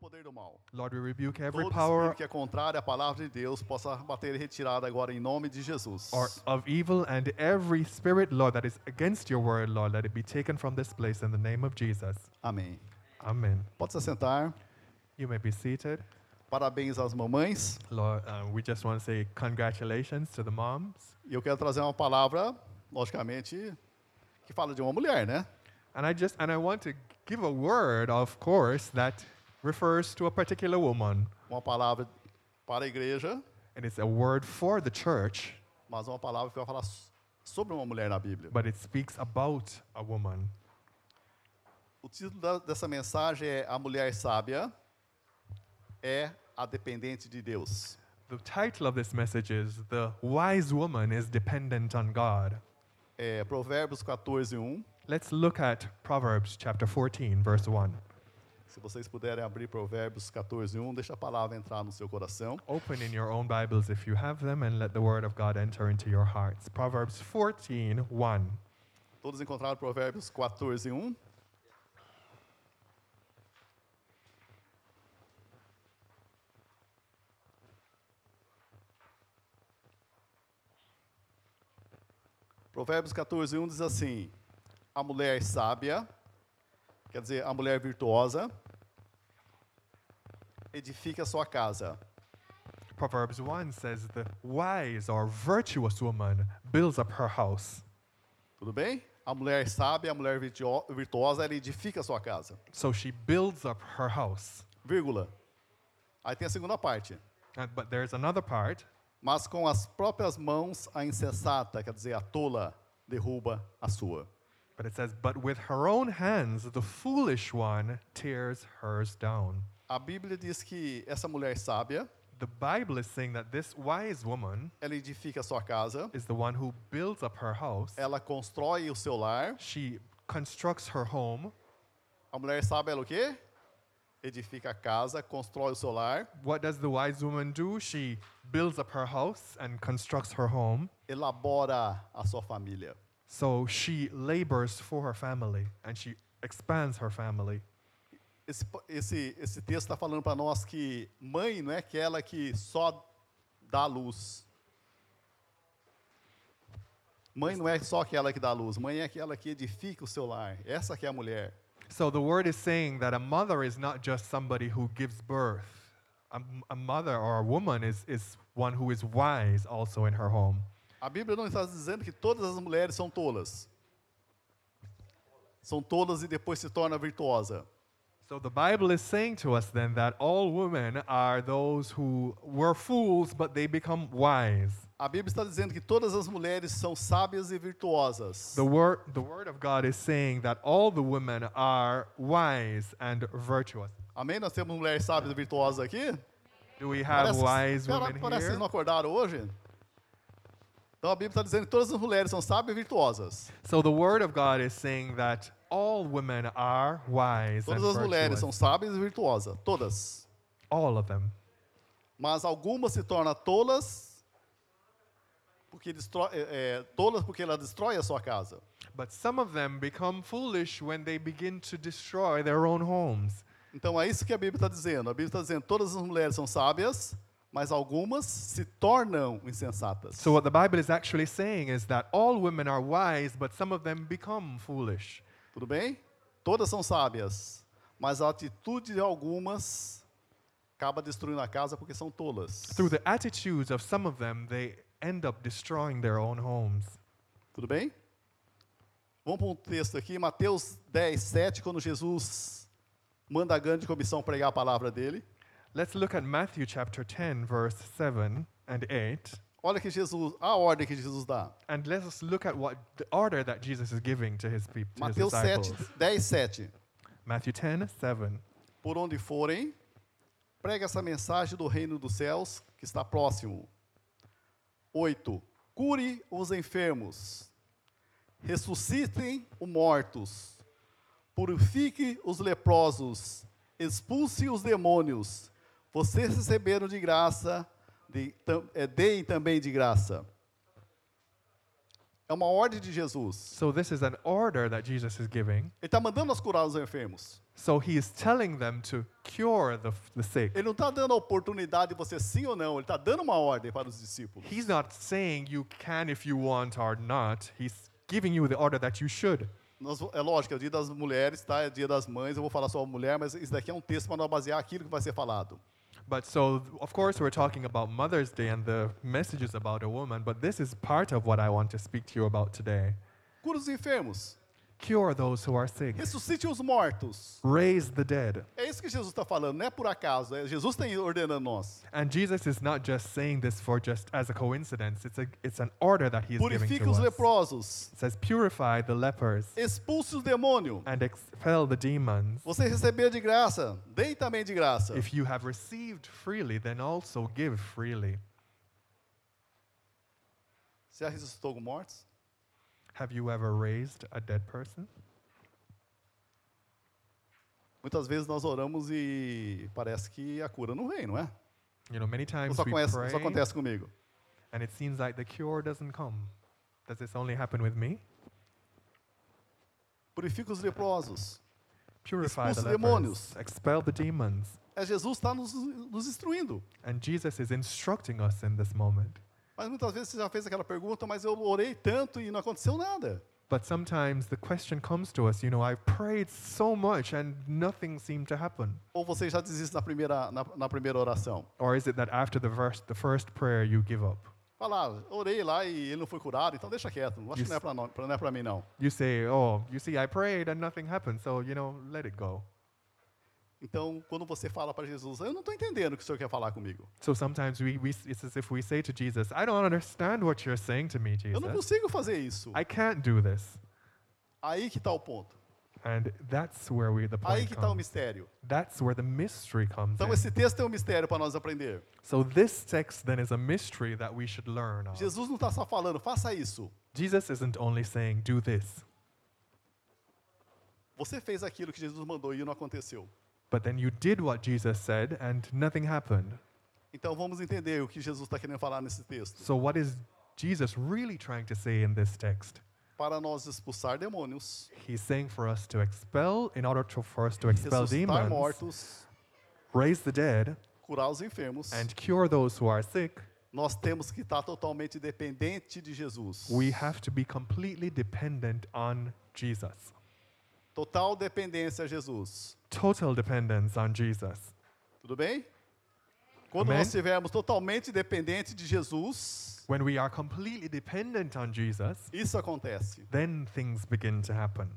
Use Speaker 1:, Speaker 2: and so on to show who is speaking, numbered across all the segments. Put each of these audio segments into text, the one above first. Speaker 1: poder do mal.
Speaker 2: Lord, we rebuke every
Speaker 1: Todo
Speaker 2: power
Speaker 1: espírito que é contrário à palavra de Deus possa bater e retirada agora em nome de Jesus.
Speaker 2: or of evil and every spirit, Lord, that is against your word, Lord, let it be taken from this place in the name of Jesus.
Speaker 1: Amém.
Speaker 2: Amen.
Speaker 1: Pode se sentar.
Speaker 2: You may be seated.
Speaker 1: Parabéns às mamães.
Speaker 2: Lord, uh, we just want to say congratulations to the moms.
Speaker 1: E eu quero trazer uma palavra, logicamente, que fala de uma mulher, né?
Speaker 2: And I just and I want to give a word, of course, that refers to a particular woman.
Speaker 1: Uma palavra para a igreja,
Speaker 2: And it's a word for the church,
Speaker 1: mas uma palavra que vai falar s- sobre uma mulher na Bíblia.
Speaker 2: but it speaks about a woman.
Speaker 1: O título da- dessa mensagem é A Mulher Sábia é a Dependente de Deus.
Speaker 2: The title of this message is The Wise Woman is Dependent on God.
Speaker 1: É, Provérbios 14, 1.
Speaker 2: Let's look at Proverbs chapter 14, verse 1.
Speaker 1: Se vocês puderem abrir Provérbios 14, 1, deixa a palavra entrar no seu coração.
Speaker 2: Open in your own Bibles if you have them and let the word of God enter into your hearts. Proverbs 14, 1.
Speaker 1: Todos encontraram Provérbios 14, 1? Provérbios 14, 1 diz assim: A mulher é sábia, quer dizer, a mulher virtuosa, edifica sua casa,
Speaker 2: Proverbs 1 says, The wise or virtuous woman builds up her house.
Speaker 1: tudo bem? A mulher sábia, a mulher virtuo- virtuosa, ela edifica sua casa,
Speaker 2: So she builds up her house.
Speaker 1: vírgula. Aí tem a segunda parte.
Speaker 2: And, but there's another part.
Speaker 1: mas com as próprias mãos a insensata, quer dizer, a tola, derruba a sua.
Speaker 2: But it says, But with her own hands, the foolish one tears hers down.
Speaker 1: A Bíblia diz que essa mulher sábia,
Speaker 2: The Bible is saying that this wise woman
Speaker 1: ela edifica a sua casa,
Speaker 2: is the one who builds up her house.
Speaker 1: ela constrói o seu lar.
Speaker 2: She constructs her home.
Speaker 1: A mulher sábia, ela o quê? Edifica a casa, constrói o seu lar,
Speaker 2: What does the wise woman do? She builds up her house and constructs her home.
Speaker 1: elabora a sua família.
Speaker 2: So she labors for her family and she expands her family.
Speaker 1: Esse, po- esse, esse texto está falando para nós que mãe não é aquela que só dá à luz. Mãe não é só aquela que dá à luz, mãe é aquela que edifica o seu lar. Essa que é a mulher.
Speaker 2: So the word is saying that a mother is not just somebody who gives birth. A, a mother or a woman is, is one who is wise also in her home.
Speaker 1: A Bíblia não está dizendo que todas as mulheres são tolas. São tolas e depois se torna virtuosa.
Speaker 2: So the Bible is saying to us then that all women are those who were fools, but they become wise.
Speaker 1: A Bíblia está dizendo que todas as mulheres são sábias e virtuosas.
Speaker 2: The word, the word of God is saying that all the women are wise and virtuous.
Speaker 1: Amém? Nós temos mulheres sábias e virtuosas aqui?
Speaker 2: Do we have wise
Speaker 1: cara,
Speaker 2: women
Speaker 1: parece que
Speaker 2: here?
Speaker 1: vocês não acordaram hoje. Então a Bíblia está dizendo que todas as mulheres são sábias e virtuosas.
Speaker 2: So the word of God is saying that all women are wise and
Speaker 1: Todas as mulheres são
Speaker 2: virtuous.
Speaker 1: sábias e virtuosas. Todas.
Speaker 2: All of them.
Speaker 1: Mas algumas se tornam tolas porque, destrói, é, é, tolas porque ela destrói a sua casa.
Speaker 2: But some of them become foolish when they begin to destroy their own homes.
Speaker 1: Então é isso que a Bíblia está dizendo. A Bíblia está dizendo que todas as mulheres são sábias, mas algumas se tornam insensatas.
Speaker 2: So, what the Bible is actually saying is that all women are wise, but some of them become foolish.
Speaker 1: Tudo bem? Todas são sábias, mas a atitude de algumas acaba destruindo a casa porque são tolas.
Speaker 2: Through the attitudes of some of them, they end up destroying their own homes.
Speaker 1: Tudo bem? Vamos para um texto aqui, Mateus 10, 7, quando Jesus manda a grande comissão pregar a palavra dele.
Speaker 2: Let's look at Matthew chapter 10, verse 7 and 8.
Speaker 1: Olha que Jesus, a ordem que Jesus dá.
Speaker 2: And let us look at what the order that Jesus is giving to his people. To his
Speaker 1: Mateus
Speaker 2: disciples.
Speaker 1: 7, 10, 7.
Speaker 2: Matthew 10, 7.
Speaker 1: Por onde forem, prega essa mensagem do reino dos céus que está próximo. 8. Cure os enfermos. Ressuscitem os mortos. Purifique os leprosos. Expulse os demônios. Vocês receberam de graça, de, tam, eh, deem também de graça. É uma ordem de Jesus.
Speaker 2: So, this is an order that Jesus is giving.
Speaker 1: Ele está mandando nós curar os enfermos.
Speaker 2: So he is telling them to cure the, the sick.
Speaker 1: Ele não está dando a oportunidade de você sim ou não, ele está dando uma ordem para os discípulos.
Speaker 2: He's not saying you can if you want or not. He's giving you the order that you should.
Speaker 1: Nós vo- é lógico, é o dia das mulheres, tá? É dia das mães, eu vou falar só a mulher, mas isso daqui é um texto para nós basear aquilo que vai ser falado.
Speaker 2: But so, of course, we're talking about Mother's Day and the messages about a woman, but this is part of what I want to speak to you about today.
Speaker 1: Cura os enfermos,
Speaker 2: Cure those who are sick,
Speaker 1: ressuscite os mortos.
Speaker 2: raise the dead.
Speaker 1: É isso que Jesus está falando, não é por acaso. é- Jesus está ordenando nós.
Speaker 2: And Jesus is not just saying this for just as a coincidence, it's, a, it's an order that he is giving
Speaker 1: Purifique
Speaker 2: to
Speaker 1: os
Speaker 2: us.
Speaker 1: leprosos,
Speaker 2: It says, purify the lepers
Speaker 1: expulse o demônio.
Speaker 2: and expel the demons.
Speaker 1: Você receber de graça, dei também de graça.
Speaker 2: If you have received freely, then also give freely.
Speaker 1: Você já ressuscitou com mortos?
Speaker 2: Have you ever raised a dead person?
Speaker 1: Muitas vezes nós oramos e parece que a cura não vem, não é?
Speaker 2: You know, many times
Speaker 1: Só,
Speaker 2: we
Speaker 1: conhece-
Speaker 2: pray
Speaker 1: só acontece comigo.
Speaker 2: and it seems like the cure doesn't come. Does this only happen with me?
Speaker 1: Purifica os leprosos.
Speaker 2: Purify the
Speaker 1: Expulsa
Speaker 2: lepers,
Speaker 1: demônios.
Speaker 2: expel the demons.
Speaker 1: É Jesus está nos, nos instruindo.
Speaker 2: And Jesus is instructing us in this moment.
Speaker 1: Mas muitas vezes você já fez aquela pergunta, mas eu orei tanto e não aconteceu nada.
Speaker 2: But sometimes the question comes to us, you know, I've prayed so much and nothing seemed to happen.
Speaker 1: Ou você já desiste na primeira, na, na primeira oração.
Speaker 2: Or is it that after the, verse, the first prayer you give up?
Speaker 1: Falar, "Ah, orei lá e ele não foi curado, então deixa quieto. Acho que
Speaker 2: Isso.
Speaker 1: não é para não, pra- não é pra mim, não.
Speaker 2: You say, oh, you see, I prayed and nothing happened, so, you know, let it go.
Speaker 1: Então, quando você fala para Jesus, "Ah, eu não estou entendendo o que o senhor quer falar comigo.
Speaker 2: So sometimes we, we, it's as if we say to Jesus, I don't understand what you're saying to me,
Speaker 1: Eu não
Speaker 2: Jesus.
Speaker 1: consigo fazer isso.
Speaker 2: I can't do this.
Speaker 1: Aí que está o ponto.
Speaker 2: And that's where we the
Speaker 1: Aí
Speaker 2: point
Speaker 1: que está o
Speaker 2: comes.
Speaker 1: mistério.
Speaker 2: That's where the mystery comes
Speaker 1: Então,
Speaker 2: in.
Speaker 1: esse texto é um mistério para nós aprender.
Speaker 2: So this text then is a mystery that we should learn of.
Speaker 1: Jesus não está só falando, faça isso.
Speaker 2: Jesus isn't only saying do this,
Speaker 1: Você fez aquilo que Jesus mandou e não aconteceu.
Speaker 2: but then you did what Jesus said and nothing happened.
Speaker 1: Então, vamos entender o que Jesus está querendo falar nesse texto.
Speaker 2: So what is Jesus really trying to say in this text?
Speaker 1: Para nós expulsar demônios,
Speaker 2: He's saying for us to expel in order to, for us to expel
Speaker 1: ressuscitar
Speaker 2: demons,
Speaker 1: mortos,
Speaker 2: raise the dead,
Speaker 1: curar os enfermos,
Speaker 2: and cure those who are sick.
Speaker 1: nós temos que estar totalmente dependente de Jesus.
Speaker 2: We have to be completely dependent on Jesus.
Speaker 1: Total dependência a Jesus.
Speaker 2: Total dependence on Jesus.
Speaker 1: Tudo bem? Quando
Speaker 2: Amém.
Speaker 1: nós estivermos totalmente dependentes de Jesus,
Speaker 2: When we are completely dependent on Jesus,
Speaker 1: isso acontece.
Speaker 2: then things begin to happen.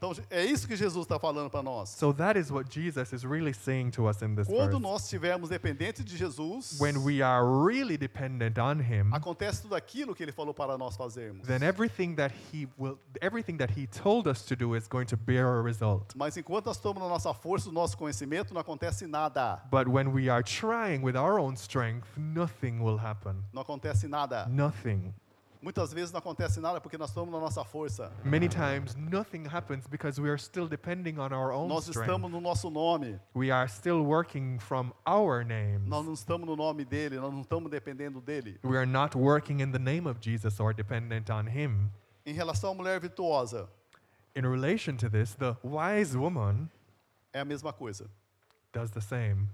Speaker 1: Então é isso que Jesus está falando para nós.
Speaker 2: So that is what Jesus is really saying to us in this
Speaker 1: Quando
Speaker 2: verse.
Speaker 1: nós estivermos dependentes de Jesus,
Speaker 2: When we are really dependent on Him,
Speaker 1: acontece tudo aquilo que ele falou para nós fazermos.
Speaker 2: then everything that He will, everything that He told us to do is going to bear a result.
Speaker 1: Mas enquanto nós estamos na nossa força, no nosso conhecimento, não acontece nada.
Speaker 2: But when we are trying with our own strength, nothing will happen.
Speaker 1: Não acontece nada.
Speaker 2: Nothing.
Speaker 1: Muitas vezes não acontece nada porque nós estamos na nossa força.
Speaker 2: Many times, nothing happens because we are still depending on our own
Speaker 1: Nós
Speaker 2: strength.
Speaker 1: estamos no nosso nome.
Speaker 2: We are still working from our names.
Speaker 1: Nós não estamos no nome dele, nós não estamos dependendo dele.
Speaker 2: We are not working in the name of Jesus or dependent on Him.
Speaker 1: Em relação à mulher virtuosa,
Speaker 2: In relation to this, the wise woman
Speaker 1: é a mesma coisa.
Speaker 2: does the same.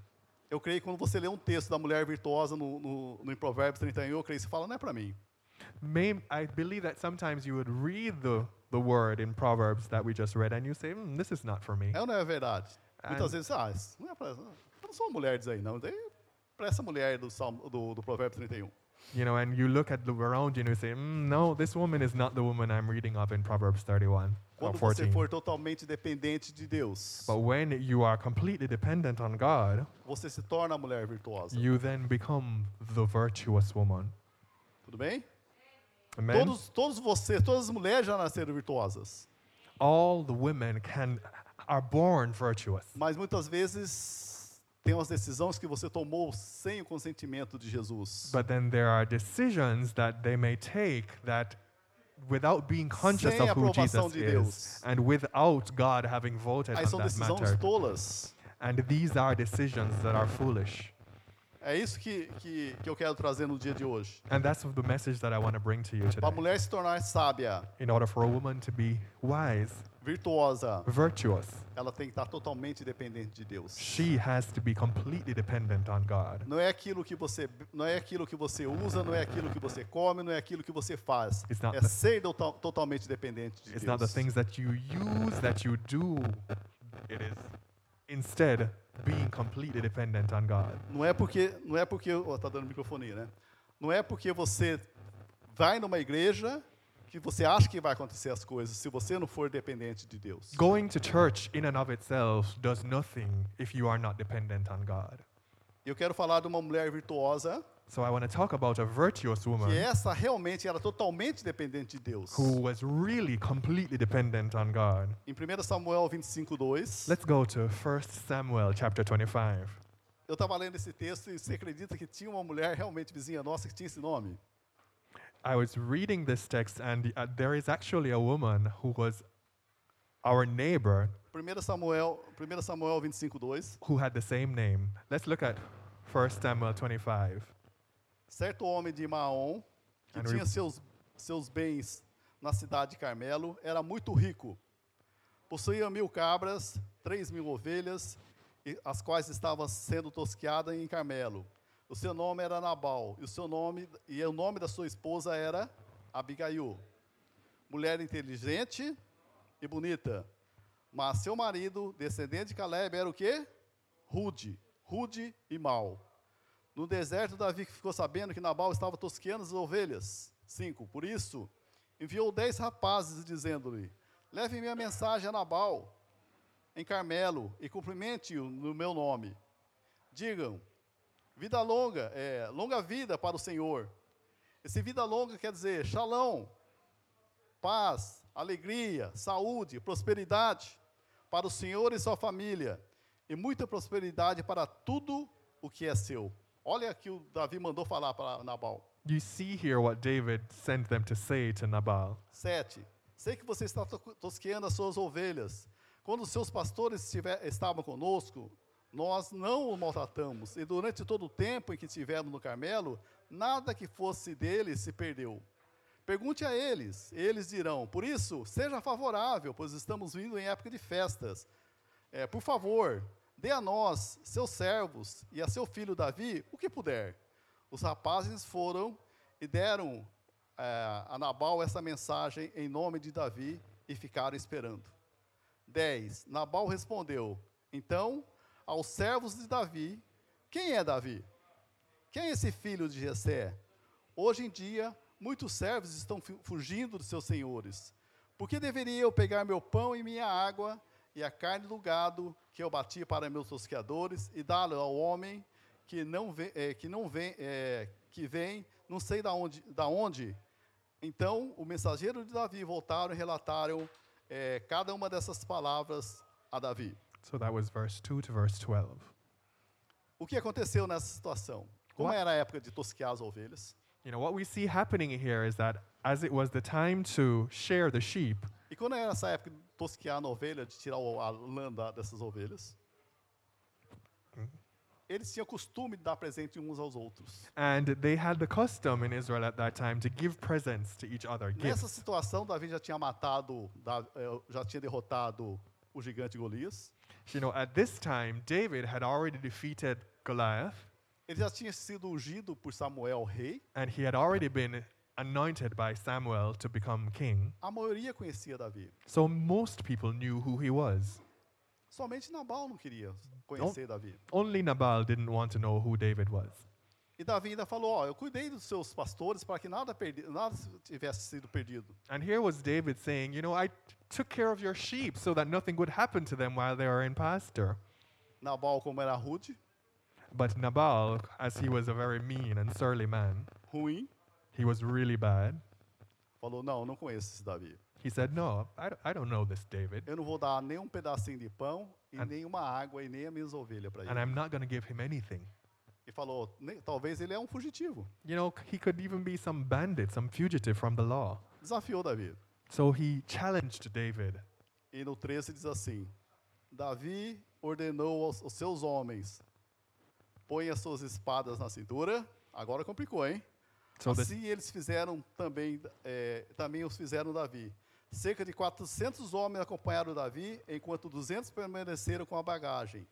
Speaker 1: Eu creio que quando você lê um texto da mulher virtuosa no, no, no em Provérbios 31, eu creio que você fala, não é para mim.
Speaker 2: May, I believe that sometimes you would read the, the word in Proverbs that we just read and you say, "Hmm, This is not for me.
Speaker 1: É ou não é verdade? Muitas
Speaker 2: Ah,
Speaker 1: vezes, ah, isso não é pra, eu não sou uma mulher disso aí, não. Para essa mulher do, Salmo- do, do Provérbios 31.
Speaker 2: You know, and you look at the around you and you say, "Hmm, No, this woman is not the woman I'm reading of in Proverbs 31 or
Speaker 1: Quando você
Speaker 2: 14.
Speaker 1: for totalmente dependente de Deus,
Speaker 2: But when you are completely dependent on God,
Speaker 1: você se torna a mulher virtuosa.
Speaker 2: you then become the virtuous woman.
Speaker 1: Tudo bem?
Speaker 2: Amen?
Speaker 1: Todos, todos vocês, todas as mulheres já nasceram virtuosas.
Speaker 2: All the women can are born virtuous.
Speaker 1: Mas muitas vezes tem umas decisões que você tomou sem o consentimento de Jesus.
Speaker 2: But then there are decisions that they may take that without being conscious
Speaker 1: Sem
Speaker 2: of who
Speaker 1: aprovação
Speaker 2: Jesus
Speaker 1: de Deus.
Speaker 2: is and without God having voted
Speaker 1: Aí
Speaker 2: on
Speaker 1: são
Speaker 2: that
Speaker 1: decisões
Speaker 2: matter.
Speaker 1: tolas.
Speaker 2: And these are decisions that are foolish.
Speaker 1: É isso que, que, que eu quero trazer no dia de hoje.
Speaker 2: And that's the message that I want to bring to you
Speaker 1: Para
Speaker 2: today.
Speaker 1: a mulher se tornar sábia,
Speaker 2: In order for a woman to be wise,
Speaker 1: virtuosa,
Speaker 2: virtuous.
Speaker 1: ela tem que estar totalmente dependente de Deus.
Speaker 2: She has to be completely dependent on God.
Speaker 1: Não é aquilo que você não é aquilo que você usa, não é aquilo que você come, não é aquilo que você faz.
Speaker 2: It's not
Speaker 1: É
Speaker 2: the-
Speaker 1: ser total- totalmente dependente de
Speaker 2: It's not the
Speaker 1: Deus.
Speaker 2: things that you use that you do. It is instead being completely dependent on God.
Speaker 1: Não é porque não é porque ó, tá dando microfonia, né? Não é porque você vai numa igreja que você acha que vai acontecer as coisas se você não for dependente de Deus.
Speaker 2: Going to church in and of itself does nothing if you are not dependent on God.
Speaker 1: Eu quero falar de uma mulher virtuosa
Speaker 2: So I want to talk about a virtuous woman
Speaker 1: que essa realmente era totalmente dependente de Deus.
Speaker 2: who was really completely dependent on God.
Speaker 1: Em 1 Samuel 25, 2,
Speaker 2: Let's go to 1 Samuel chapter 25.
Speaker 1: eu estava lendo esse texto e você acredita que tinha uma mulher realmente vizinha nossa que tinha esse nome?
Speaker 2: I was reading this text, and uh, there is actually a woman who was our neighbor
Speaker 1: 1 Samuel, 1 Samuel 25, 2,
Speaker 2: who had the same name. Let's look at 1 Samuel 25.
Speaker 1: certo homem de Maom, que
Speaker 2: And we-
Speaker 1: tinha seus, seus bens na cidade de Carmelo, era muito rico. Possuía mil cabras, três mil ovelhas, e- as quais estavam sendo tosqueadas em Carmelo. O seu nome era Nabal, e o, seu nome, e o nome da sua esposa era Abigail. Mulher inteligente e bonita. Mas seu marido, descendente de Caleb, era o quê? Rude. Rude e mau. No deserto, Davi ficou sabendo que Nabal estava tosqueando as ovelhas. 5. Por isso, enviou dez rapazes, dizendo-lhe: Leve minha mensagem a Nabal em Carmelo e cumprimente-o no meu nome. Digam: Vida longa, é, longa vida para o Senhor. Esse vida longa quer dizer shalom, paz, alegria, saúde, prosperidade para o Senhor e sua família, e muita prosperidade para tudo o que é seu. Olha que o Davi mandou falar para Nabal.
Speaker 2: You see here what David sent them to say to Nabal.
Speaker 1: 7. Sei que você está to- tosqueando as suas ovelhas. Quando os seus pastores estiver, estavam conosco, nós não o maltratamos. E durante todo o tempo em que estivemos no Carmelo, nada que fosse dele se perdeu. Pergunte a eles, eles dirão. Por isso, seja favorável, pois estamos vindo em época de festas. É, por favor, dê a nós, seus servos, e a seu filho Davi, o que puder. Os rapazes foram e deram eh, a Nabal essa mensagem em nome de Davi e ficaram esperando. 10. Nabal respondeu: Então, aos servos de Davi, quem é Davi? Quem é esse filho de Jessé? Hoje em dia, muitos servos estão fu- fugindo dos seus senhores. Por que deveria eu pegar meu pão e minha água e a carne do gado que eu bati para meus tosqueadores e dá-lo ao homem que não vem, eh, que não vem, eh, que vem, não sei da onde, da onde? Então, o mensageiro de Davi voltaram e relataram eh, cada uma dessas palavras a Davi.
Speaker 2: So that was verse 2 to verse 12.
Speaker 1: O que aconteceu nessa situação? Como
Speaker 2: What?
Speaker 1: era a época de tosquear as ovelhas?
Speaker 2: You know, what we see happening here is that as it was the time to share the sheep,
Speaker 1: E quando era essa época de tosquear na ovelha, de tirar o- a lã da- dessas ovelhas, eles tinham costume de dar presente uns aos outros.
Speaker 2: and they had the custom in Israel at that time to give presents to each other,
Speaker 1: Nessa
Speaker 2: gifts.
Speaker 1: situação, Davi já tinha matado, Da- eh, já tinha derrotado o gigante Golias.
Speaker 2: You know, at this time, David had already defeated Goliath,
Speaker 1: Ele já tinha sido ungido por Samuel rei.
Speaker 2: and he had already been anointed by Samuel to become king.
Speaker 1: A maioria conhecia Davi.
Speaker 2: So most people knew who he was.
Speaker 1: Somente Nabal não queria conhecer Davi.
Speaker 2: Only Nabal didn't want to know who David was.
Speaker 1: E Davi ainda falou: Ó, eu cuidei dos seus pastores para que nada, perdi, nada tivesse sido perdido.
Speaker 2: And here was David saying, You know, I took care of your sheep so that nothing would happen to them while they were in pasture.
Speaker 1: Nabal, como era rude,
Speaker 2: But Nabal, as he was a very mean and surly man,
Speaker 1: ruim,
Speaker 2: he was really bad.
Speaker 1: falou: Não, não conheço esse Davi.
Speaker 2: He said, No, I, d- I don't know this David,
Speaker 1: Eu não vou dar nem um pedacinho de pão e
Speaker 2: And-
Speaker 1: nenhuma água e nem as minhas ovelhas para
Speaker 2: and
Speaker 1: ele.
Speaker 2: I'm not going to give him anything.
Speaker 1: E falou: "Nem- Talvez ele é um fugitivo.
Speaker 2: You know, c- he could even be some bandit, some fugitive from the law.
Speaker 1: Desafiou Davi.
Speaker 2: So he challenged David.
Speaker 1: E no 13 diz assim: Davi ordenou aos, aos seus homens: põe as suas espadas na cintura. Agora complicou, hein?
Speaker 2: So this,
Speaker 1: assim eles é, fizeram também, eh, também os fizeram Davi. Cerca de 400 homens acompanharam Davi, enquanto 200 permaneceram com a bagagem.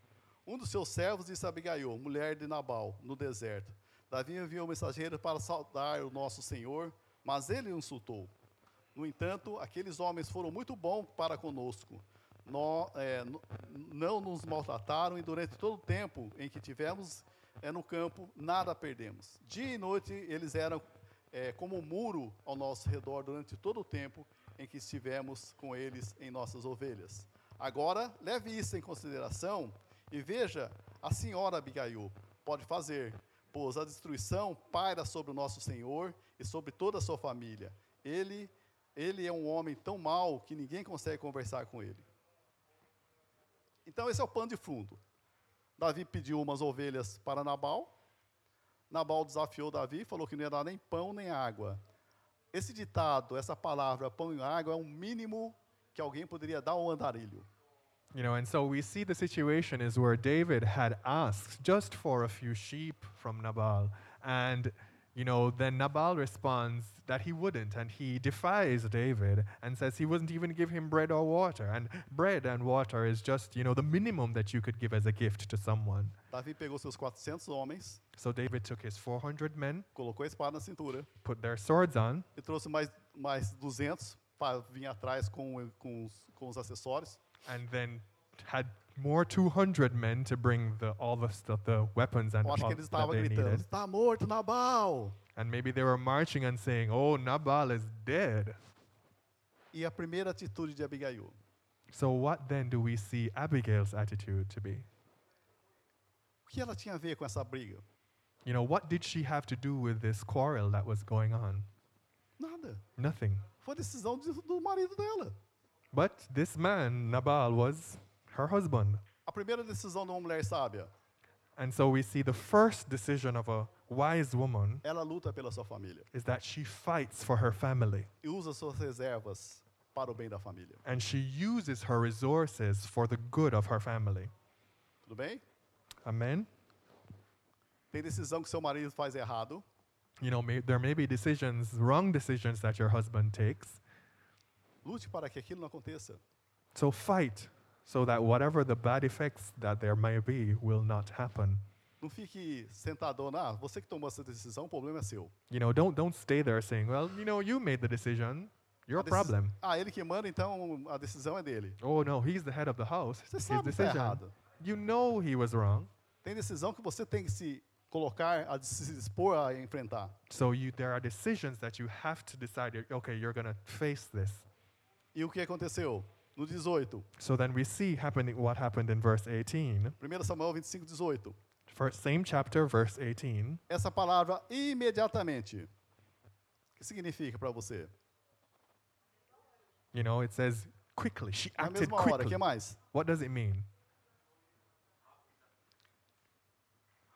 Speaker 1: Um dos seus servos disse a Abigail, mulher de Nabal, no deserto: Davi enviou mensageiros para saudar o nosso senhor, mas ele o insultou. No entanto, aqueles homens foram muito bons para conosco. Nó- é, n- não nos maltrataram e durante todo o tempo em que tivemos é, no campo, nada perdemos. Dia e noite eles eram é, como um muro ao nosso redor durante todo o tempo em que estivemos com eles em nossas ovelhas. Agora, leve isso em consideração e veja a senhora Abigail pode fazer, pois a destruição paira sobre o nosso Senhor e sobre toda a sua família. Ele, ele é um homem tão mau que ninguém consegue conversar com ele. Então, esse é o pano de fundo. Davi pediu umas ovelhas para Nabal. Nabal desafiou Davi, falou que não ia dar nem pão nem água. Esse ditado, essa palavra pão e água, é um mínimo que alguém poderia dar ao andarilho.
Speaker 2: You know, and so we see the situation is where David had asked just for a few sheep from Nabal. And, you know, then Nabal responds that he wouldn't. And he defies David and says he wouldn't even give him bread or water. And bread and water is just, you know, the minimum that you could give as a gift to someone.
Speaker 1: Davi pegou seus 400 homens,
Speaker 2: So David took his 400 men,
Speaker 1: colocou a espada na cintura
Speaker 2: put their swords on,
Speaker 1: e trouxe mais, mais 200 para vir atrás com, com, os, com os acessórios.
Speaker 2: and then had more 200 men to bring the, all the stuff, the weapons and
Speaker 1: Eu acho
Speaker 2: all
Speaker 1: que eles
Speaker 2: that
Speaker 1: estavam
Speaker 2: they
Speaker 1: gritando:
Speaker 2: needed.
Speaker 1: Está morto, Nabal!
Speaker 2: And maybe they were marching and saying, Oh, Nabal is dead.
Speaker 1: E a primeira atitude de Abigail.
Speaker 2: So, what then do we see Abigail's attitude to be?
Speaker 1: O que ela tinha a ver com essa briga?
Speaker 2: You know, what did she have to do with this quarrel that was going on?
Speaker 1: Nada.
Speaker 2: Nothing.
Speaker 1: Foi decisão de- do marido dela.
Speaker 2: But this man, Nabal, was her husband.
Speaker 1: A primeira decisão de uma mulher sábia,
Speaker 2: And so we see the first decision of a wise woman
Speaker 1: ela luta pela sua família
Speaker 2: is that she fights for her family
Speaker 1: e usa suas reservas para o bem da família.
Speaker 2: and she uses her resources for the good of her family.
Speaker 1: Tudo bem?
Speaker 2: Amen?
Speaker 1: Tem decisão que seu marido faz errado,
Speaker 2: You know, may, there may be decisions, wrong decisions that your husband takes,
Speaker 1: lute para que aquilo não aconteça.
Speaker 2: So fight so that whatever the bad effects that there may be will not happen.
Speaker 1: Não fique sentadona, ah, você que tomou essa decisão, o problema é seu.
Speaker 2: You know, don't don't stay there saying, "Well, you know, you made the decision. Your
Speaker 1: A decis-
Speaker 2: problem."
Speaker 1: Ah, ele que manda, então a decisão é dele.
Speaker 2: Oh no, he's the head of the house.
Speaker 1: Você
Speaker 2: It's his
Speaker 1: sabe que tá
Speaker 2: decision.
Speaker 1: errado.
Speaker 2: You know he was wrong.
Speaker 1: Tem decisão que você tem que se colocar, a se expor a enfrentar.
Speaker 2: So you there are decisions that you have to decide, you're- okay, you're going to face this.
Speaker 1: E o que aconteceu? No 18,
Speaker 2: So then we see happening what happened in verse 18.
Speaker 1: 1 Samuel 25, 18.
Speaker 2: First same chapter verse 18.
Speaker 1: essa palavra imediatamente. O que significa para você?
Speaker 2: You know, it says quickly. She
Speaker 1: Na
Speaker 2: acted
Speaker 1: mesma hora, o que
Speaker 2: quickly.
Speaker 1: mais?
Speaker 2: What does it mean?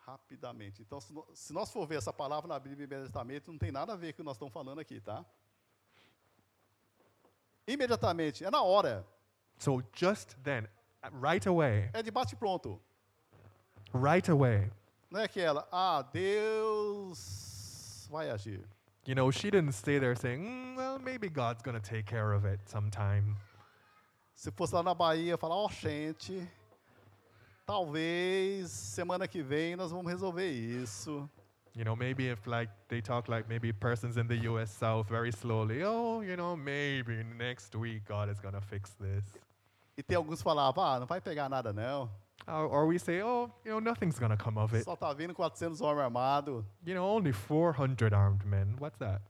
Speaker 1: Rapidamente. Então, se no- se nós for ver essa palavra na Bíblia imediatamente, não tem nada a ver com o que nós estamos falando aqui, tá? Imediatamente, é na hora,
Speaker 2: So just then, uh, right away,
Speaker 1: é de bate-pronto.
Speaker 2: right away.
Speaker 1: Não é aquela, ah, Deus vai agir.
Speaker 2: You know, she didn't stay there saying, "Mm, well, maybe God's going to take care of it sometime.
Speaker 1: Se fosse lá na Bahia, falar, ó, gente, talvez semana que vem nós vamos resolver isso.
Speaker 2: You know, maybe if like they talk like maybe persons in the US South very slowly, oh, you know, maybe next week God is going to fix this.
Speaker 1: E tem alguns que falavam, ah, não vai pegar nada não.
Speaker 2: Or, or we say, oh, you know, nothing's going to come of it.
Speaker 1: Só tá vindo 400 homens armados.
Speaker 2: You know, only 400 armed men. What's that?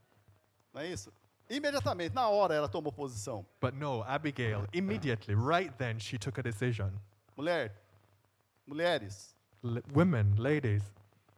Speaker 1: Não é isso? Imediatamente, na hora, ela tomou posição.
Speaker 2: But no, Abigail, immediately, right then, she took a decision.
Speaker 1: Mulher, mulheres,
Speaker 2: L- women, ladies,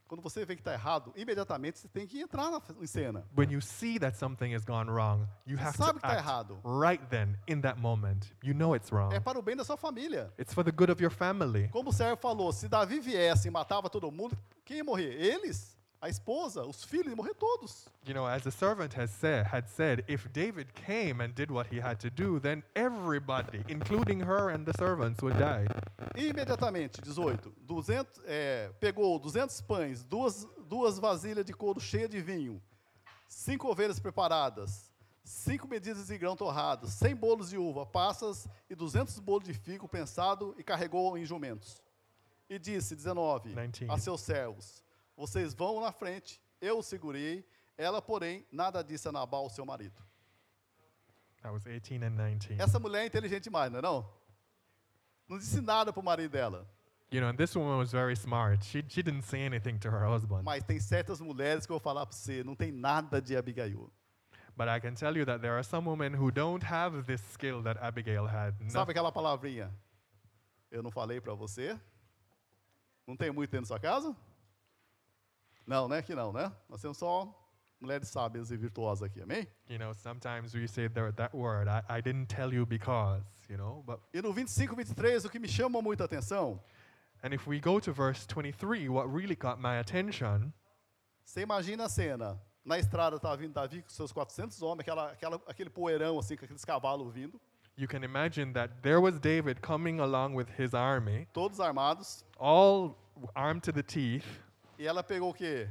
Speaker 1: quando você vê que está errado, imediatamente você tem que entrar na, em cena.
Speaker 2: when you see that something has gone wrong, you have to
Speaker 1: Sabe que tá
Speaker 2: act
Speaker 1: errado.
Speaker 2: right then in that moment. You know it's wrong.
Speaker 1: É para o bem da sua família.
Speaker 2: It's for the good of your family.
Speaker 1: Como o servo falou, se Davi viesse e matava todo mundo, quem ia morrer? Eles? A esposa? Os filhos? Iam morrer todos.
Speaker 2: You know, as the servant has said, had said, if David came and did what he had to do, then everybody, including her and the servants, would die.
Speaker 1: Imediatamente, 18. 200, é, pegou 200 pães, duas, duas vasilhas de couro cheias de vinho, cinco ovelhas preparadas, cinco medidas de grão torrado, cem bolos de uva, passas e duzentos bolos de figo prensado e carregou em jumentos. E disse, 19,
Speaker 2: 19.
Speaker 1: a seus servos, vocês vão na frente, eu o segurei, ela, porém, nada disse a Nabal, seu marido.
Speaker 2: That was 18 and 19.
Speaker 1: Essa mulher é inteligente demais, não é não? Não disse nada para o marido dela,
Speaker 2: You know, and this woman was very smart. She, she didn't say anything to her husband.
Speaker 1: mas tem certas mulheres que eu vou falar para você, não tem nada de Abigail.
Speaker 2: But I can tell you that there are some women who don't have this skill that Abigail had. No-
Speaker 1: Sabe aquela palavrinha? Eu não falei para você? Não tem muito dentro da sua casa? Não, né? Que não, né? Nós temos só mulheres sábias e virtuosas aqui, amém?
Speaker 2: you know, sometimes we say tha- that word, I, I didn't tell you because, you know. But
Speaker 1: E no 25, 23, o que me chama muita atenção,
Speaker 2: And if we go to verse 23, what really caught my attention
Speaker 1: você imagina a cena. Na estrada estava vindo Davi com seus 400 homens, aquela, aquela, aquele poeirão assim, com aqueles cavalos vindo,
Speaker 2: You can imagine that there was David coming along with his army,
Speaker 1: todos armados.
Speaker 2: all armed to the teeth,
Speaker 1: E ela pegou o quê?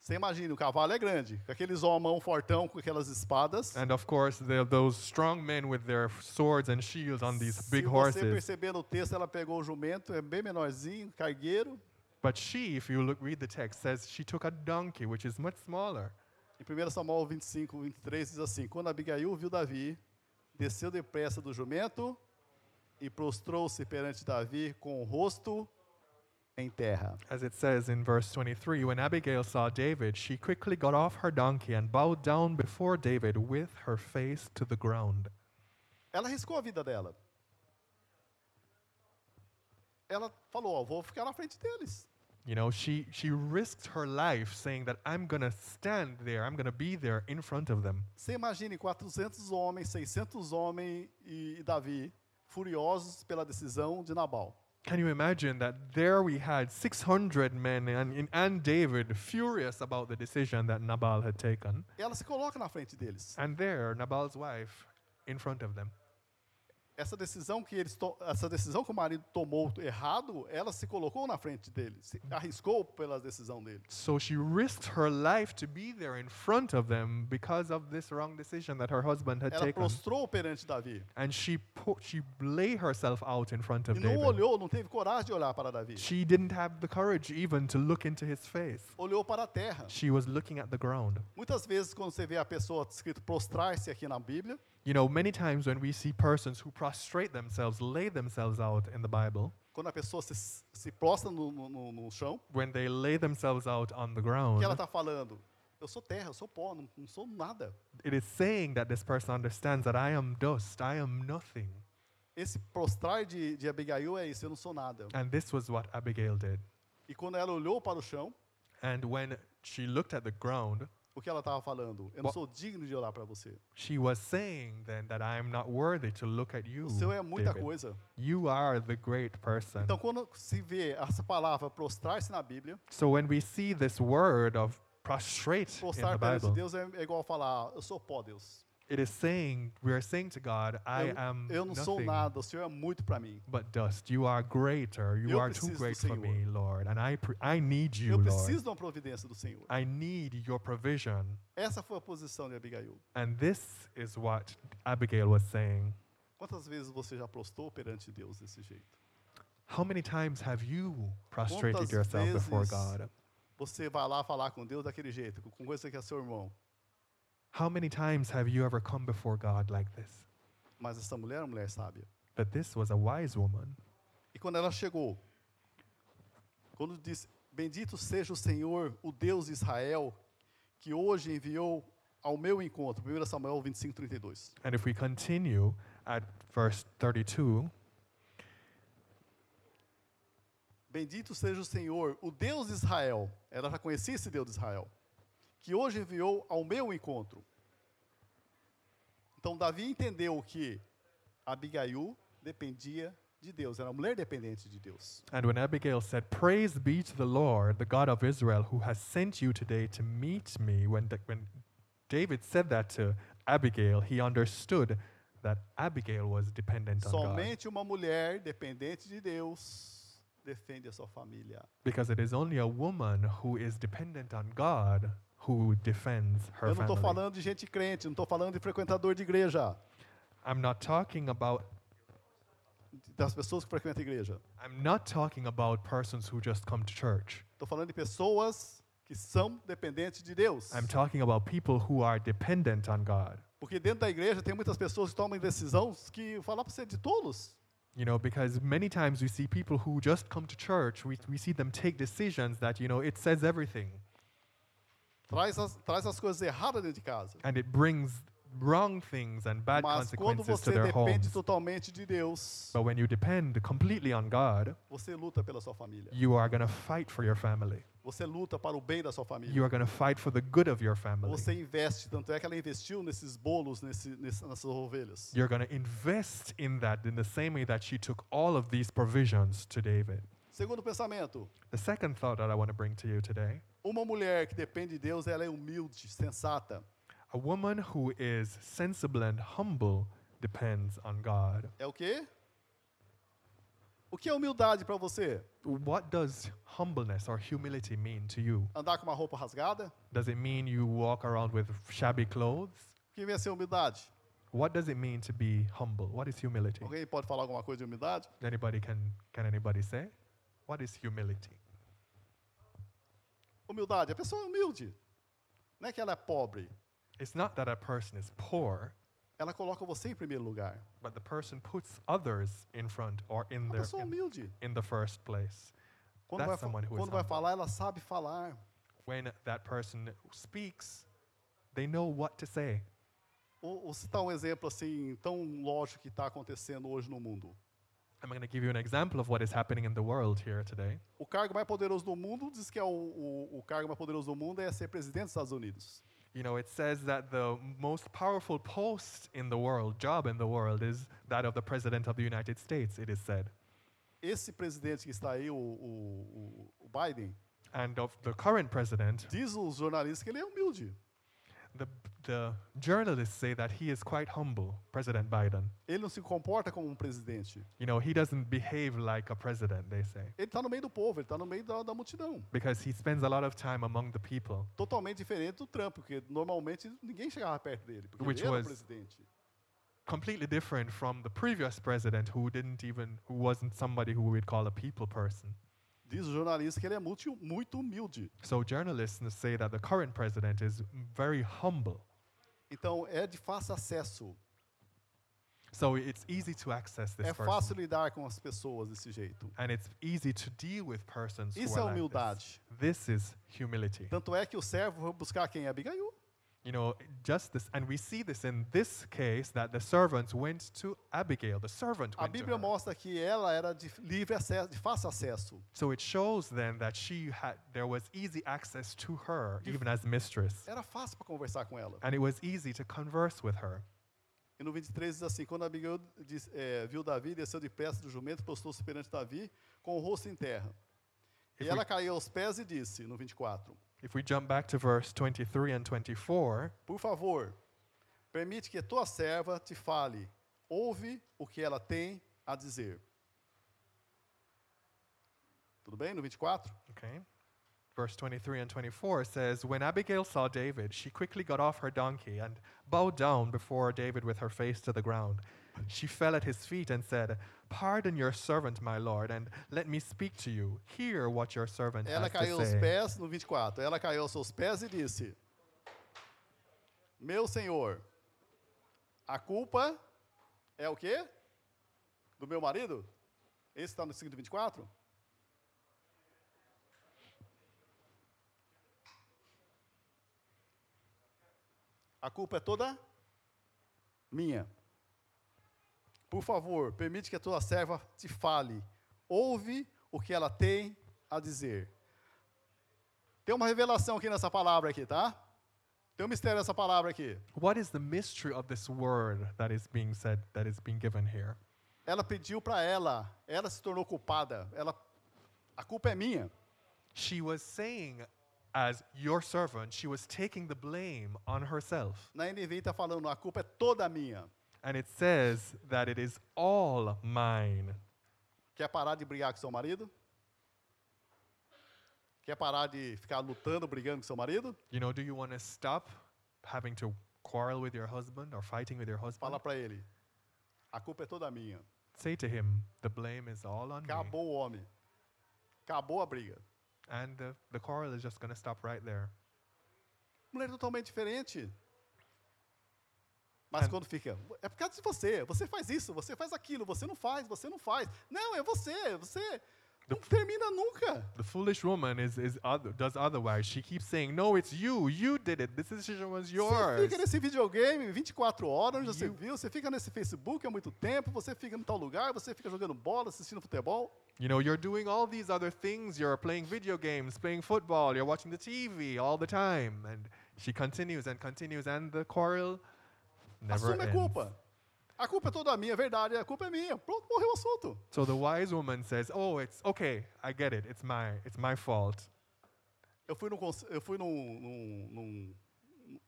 Speaker 1: Você imagina, o cavalo é grande, com aqueles homão fortão, com aquelas espadas.
Speaker 2: and of course, there are those strong men with their swords and shields on these big
Speaker 1: Se você
Speaker 2: horses.
Speaker 1: perceber no texto, ela pegou o jumento, é bem menorzinho, cargueiro.
Speaker 2: But she, if you look, read the text, says she took a donkey, which is much smaller.
Speaker 1: Em 1 Samuel 25, 23, diz assim: Quando Abigail viu Davi, desceu depressa do jumento e prostrou-se perante Davi com o rosto em terra.
Speaker 2: As it says in verse 23, when Abigail saw David, she quickly got off her donkey and bowed down before David with her face to the ground.
Speaker 1: Ela arriscou a vida dela. Ela falou: Ó, vou ficar na frente deles.
Speaker 2: You know, she, she risked her life saying that I'm going to stand there, I'm going to be there in front of them.
Speaker 1: Você imagine 400 homens, 600 homens e, e Davi furiosos pela decisão de Nabal.
Speaker 2: Can you imagine that there we had 600 men and, and David furious about the decision that Nabal had taken?
Speaker 1: Ela se coloca na frente deles.
Speaker 2: And there, Nabal's wife in front of them.
Speaker 1: essa decisão que eles to- essa decisão que o marido tomou errado, ela se colocou na frente dele, se arriscou pela decisão dele.
Speaker 2: So she risked her life to be there in front of them because of this wrong decision that her husband had
Speaker 1: Ela
Speaker 2: taken.
Speaker 1: prostrou perante Davi
Speaker 2: And she, put, she lay herself out in front
Speaker 1: e
Speaker 2: of
Speaker 1: não
Speaker 2: David.
Speaker 1: olhou, não teve coragem de olhar para Davi.
Speaker 2: She didn't have the courage even to look into his face.
Speaker 1: Olhou para a terra.
Speaker 2: She was looking at the ground.
Speaker 1: Muitas vezes quando você vê a pessoa escrito prostrar-se aqui na Bíblia,
Speaker 2: You know, many times when we see persons who prostrate themselves, lay themselves out in the Bible,
Speaker 1: quando a pessoa se, se prostra no, no- no- no chão,
Speaker 2: when they lay themselves out on the
Speaker 1: o
Speaker 2: ground,
Speaker 1: que ela está falando? Eu sou terra, eu sou pó, não, não sou nada.
Speaker 2: it is saying that this person understands that I am dust, I am nothing.
Speaker 1: Esse prostrar de, de Abigail é isso, eu não sou nada.
Speaker 2: And this was what Abigail did.
Speaker 1: E quando ela olhou para o chão,
Speaker 2: And when she looked at the ground,
Speaker 1: o que ela estava falando? Eu não sou digno de olhar para você.
Speaker 2: she was saying then that I am not worthy to look at you.
Speaker 1: O seu é muita
Speaker 2: David.
Speaker 1: coisa.
Speaker 2: You are the great person.
Speaker 1: Então, quando se vê essa palavra prostrar-se na Bíblia,
Speaker 2: so when we see this word of prostrate in the
Speaker 1: prostrar perante
Speaker 2: Bible,
Speaker 1: Deus é, é igual falar: Eu sou pó, Deus.
Speaker 2: it is saying we are saying to God, I
Speaker 1: eu,
Speaker 2: am
Speaker 1: eu não sou
Speaker 2: nothing
Speaker 1: nada, o Senhor é muito para mim.
Speaker 2: but dust. You are greater. You
Speaker 1: Eu
Speaker 2: are too
Speaker 1: preciso do
Speaker 2: great for
Speaker 1: Senhor.
Speaker 2: me, Lord, and I pre- I need you,
Speaker 1: eu preciso
Speaker 2: Lord.
Speaker 1: de uma providência do Senhor.
Speaker 2: I need your provision.
Speaker 1: Essa foi a posição de Abigail.
Speaker 2: And this is what Abigail was saying.
Speaker 1: Quantas vezes você já prostrou perante Deus desse jeito?
Speaker 2: How many times have you prostrated
Speaker 1: Quantas
Speaker 2: yourself before
Speaker 1: vezes-
Speaker 2: God?
Speaker 1: Você vai lá falar com Deus daquele jeito, com coisa que é seu irmão.
Speaker 2: How many times have you ever come before God like this?
Speaker 1: Mas essa mulher é uma mulher sábia.
Speaker 2: But this was a wise woman.
Speaker 1: E quando ela chegou, quando disse: Bendito seja o Senhor, o Deus de Israel, que hoje enviou ao meu encontro. 1 Samuel 25, 32.
Speaker 2: And if we continue at verse 32,
Speaker 1: Bendito seja o Senhor, o Deus de Israel. Ela já conhecia esse Deus de Israel, que hoje enviou ao meu encontro. Então, Davi entendeu que Abigail dependia de Deus, era uma mulher dependente de Deus.
Speaker 2: and when Abigail said, Praise be to the Lord, the God of Israel, who has sent you today to meet me, when, Da- when David said that to Abigail, he understood that Abigail was dependent on Então, God.
Speaker 1: Somente uma mulher dependente de Deus defende a sua família.
Speaker 2: Because it is only a woman who is dependent on God who defends her
Speaker 1: Eu não estou
Speaker 2: family.
Speaker 1: falando de gente crente, não estou falando de frequentador de igreja,
Speaker 2: I'm not talking about
Speaker 1: das pessoas que frequentam a igreja.
Speaker 2: I'm not talking about persons who just come to church.
Speaker 1: Estou falando de pessoas que são dependentes de Deus.
Speaker 2: I'm talking about people who are dependent on God.
Speaker 1: Porque dentro da igreja tem muitas pessoas que tomam decisões que eu falar para você de tolos.
Speaker 2: You know, because many times we see people who just come to church, we, we see them take decisions that, you know, it says everything
Speaker 1: Traz as, traz as coisas erradas dentro de casa.
Speaker 2: and it brings wrong things and bad
Speaker 1: Mas quando
Speaker 2: consequences to
Speaker 1: você
Speaker 2: their
Speaker 1: depende
Speaker 2: homes.
Speaker 1: totalmente de Deus,
Speaker 2: But when you depend completely on God,
Speaker 1: você luta pela sua família.
Speaker 2: you are going to fight for your family.
Speaker 1: Você luta para o bem da sua família.
Speaker 2: You are going to fight for the good of your family.
Speaker 1: Você investe, tanto é que ela investiu nesses bolos, nesse, nesse, nessas ovelhas.
Speaker 2: You're going to invest in that in the same way that she took all of these provisions to David.
Speaker 1: Segundo pensamento,
Speaker 2: The second thought that I want to bring to you today
Speaker 1: uma mulher que depende de Deus, ela é humilde, sensata.
Speaker 2: a woman who is sensible and humble depends on God.
Speaker 1: É o quê? O que é humildade para você?
Speaker 2: What does humbleness or humility mean to you?
Speaker 1: Andar com uma roupa rasgada?
Speaker 2: Does it mean you walk around with shabby clothes?
Speaker 1: O que vem a ser humildade?
Speaker 2: What does it mean to be humble? What is humility?
Speaker 1: Alguém pode falar alguma coisa de humildade?
Speaker 2: Anybody can can anybody say? What is humility?
Speaker 1: Humildade, a pessoa é humilde. Não é que ela é pobre.
Speaker 2: It's not that a person is poor,
Speaker 1: Ela coloca você em primeiro lugar.
Speaker 2: but the person puts others in front or in
Speaker 1: Uma
Speaker 2: their
Speaker 1: pessoa é
Speaker 2: in,
Speaker 1: humilde.
Speaker 2: in the first place.
Speaker 1: Quando,
Speaker 2: That's
Speaker 1: vai, fa-
Speaker 2: someone who is
Speaker 1: quando vai
Speaker 2: humble.
Speaker 1: falar, ela sabe falar.
Speaker 2: When that person speaks, they know what to say.
Speaker 1: Ou, ou citar um exemplo assim, tão lógico que está acontecendo hoje no mundo.
Speaker 2: I'm going to give you an example of what is happening in the world here today.
Speaker 1: O cargo mais poderoso do mundo diz que é o, o, o cargo mais poderoso do mundo é ser presidente dos Estados Unidos.
Speaker 2: You know, it says that the most powerful post in the world, job in the world, is that of the President of the United States, it is said.
Speaker 1: Esse presidente que está aí, o, o, o- o Biden,
Speaker 2: And of the current president,
Speaker 1: diz os jornalistas que ele é humilde.
Speaker 2: the, the journalists say that he is quite humble, President Biden.
Speaker 1: Ele não se comporta como um presidente.
Speaker 2: You know, he doesn't behave like a president, they say,
Speaker 1: Ele está no meio do povo, ele está no meio da, da multidão.
Speaker 2: because he spends a lot of time among the people,
Speaker 1: Totalmente diferente do Trump, porque normalmente ninguém chegava perto dele, porque
Speaker 2: Which
Speaker 1: ele era o
Speaker 2: was-
Speaker 1: presidente.
Speaker 2: completely different from the previous president who didn't even, who wasn't somebody who we'd call a people person.
Speaker 1: Diz o jornalista que ele é muito, muito humilde.
Speaker 2: So journalists n- say that the current president is m- very humble.
Speaker 1: Então, é de fácil acesso.
Speaker 2: So it's easy to access this
Speaker 1: É
Speaker 2: person.
Speaker 1: fácil lidar com as pessoas desse jeito.
Speaker 2: And it's easy to deal with persons
Speaker 1: Isso
Speaker 2: who
Speaker 1: é
Speaker 2: are like this.
Speaker 1: humildade.
Speaker 2: This is humility.
Speaker 1: Tanto é que o servo foi buscar quem? Abigail.
Speaker 2: You know, just this, and we see this in this case that the servants went to Abigail. é. The servant
Speaker 1: A
Speaker 2: went to
Speaker 1: Bíblia
Speaker 2: her.
Speaker 1: mostra que ela era de livre acesso, de fácil acesso.
Speaker 2: So it shows then that she had there was easy access to her, even as mistress,
Speaker 1: Era fácil para conversar com ela.
Speaker 2: and it was easy to converse with her.
Speaker 1: E no 23 diz assim: Quando Abigail diz, eh, viu Davi, desceu depressa do jumento, postou-se perante Davi, com o rosto em terra.
Speaker 2: If
Speaker 1: E
Speaker 2: we-
Speaker 1: ela caiu aos pés e disse, no 24:
Speaker 2: If we jump back to verse 23 and 24,
Speaker 1: Por favor, permite que tua serva te fale, ouve o que ela tem a dizer. Tudo bem? No 24?
Speaker 2: Okay. Verse 23 and 24 says When Abigail saw David, she quickly got off her donkey and bowed down before David with her face to the ground. She fell at his feet and said, Pardon your servant, my lord, and let me speak to you. Hear what your servant
Speaker 1: Ela
Speaker 2: has
Speaker 1: caiu
Speaker 2: to
Speaker 1: aos
Speaker 2: say.
Speaker 1: pés, no 24, ela caiu aos seus pés e disse: Meu senhor, a culpa é o quê? Do meu marido? Esse está no 5 24? A culpa é toda minha. Por favor, permite que a tua serva te fale. Ouve o que ela tem a dizer. Tem uma revelação aqui nessa palavra aqui, tá? Tem um mistério nessa palavra aqui.
Speaker 2: What is the mystery of this word that is being said, that is being given here?
Speaker 1: Ela pediu para ela, ela se tornou culpada. Ela a culpa é minha.
Speaker 2: She was saying, as your servant, she was taking the blame on herself.
Speaker 1: Na NVI está falando, a culpa é toda minha.
Speaker 2: And it says that it is all mine.
Speaker 1: Quer parar de brigar com seu marido? Quer parar de ficar lutando, brigando com seu marido?
Speaker 2: You know, do you want to stop having to quarrel with your husband or fighting with your husband?
Speaker 1: Fala para ele. A culpa é toda minha.
Speaker 2: Say to him, the blame is all on me.
Speaker 1: Acabou o homem. Acabou a briga.
Speaker 2: And the, the quarrel is just going to stop right there.
Speaker 1: Mulher totalmente diferente. Mas
Speaker 2: É.
Speaker 1: quando fica, é por causa de você, você faz isso, você faz aquilo, você não faz, você não faz. Não, é você, você não termina nunca.
Speaker 2: The foolish woman is, is other, does otherwise. She keeps saying, No, it's you. You did it. This decision was
Speaker 1: Você
Speaker 2: yours.
Speaker 1: fica nesse videogame 24 horas, onde você
Speaker 2: You-
Speaker 1: viu, você fica nesse Facebook há muito tempo, você fica em tal lugar, você fica jogando bola, assistindo futebol.
Speaker 2: You know, you're doing all these other things. You're playing video games, playing football, you're watching the TV all the time. And she continues and continues, and the quarrel never
Speaker 1: Assume a
Speaker 2: ends.
Speaker 1: culpa. A culpa é toda minha, é verdade, a culpa é minha. Pronto, morreu o assunto.
Speaker 2: So the wise woman says, "Oh, it's okay. I get it. It's my it's my fault."
Speaker 1: Eu fui, num, conse- eu fui num, num- num-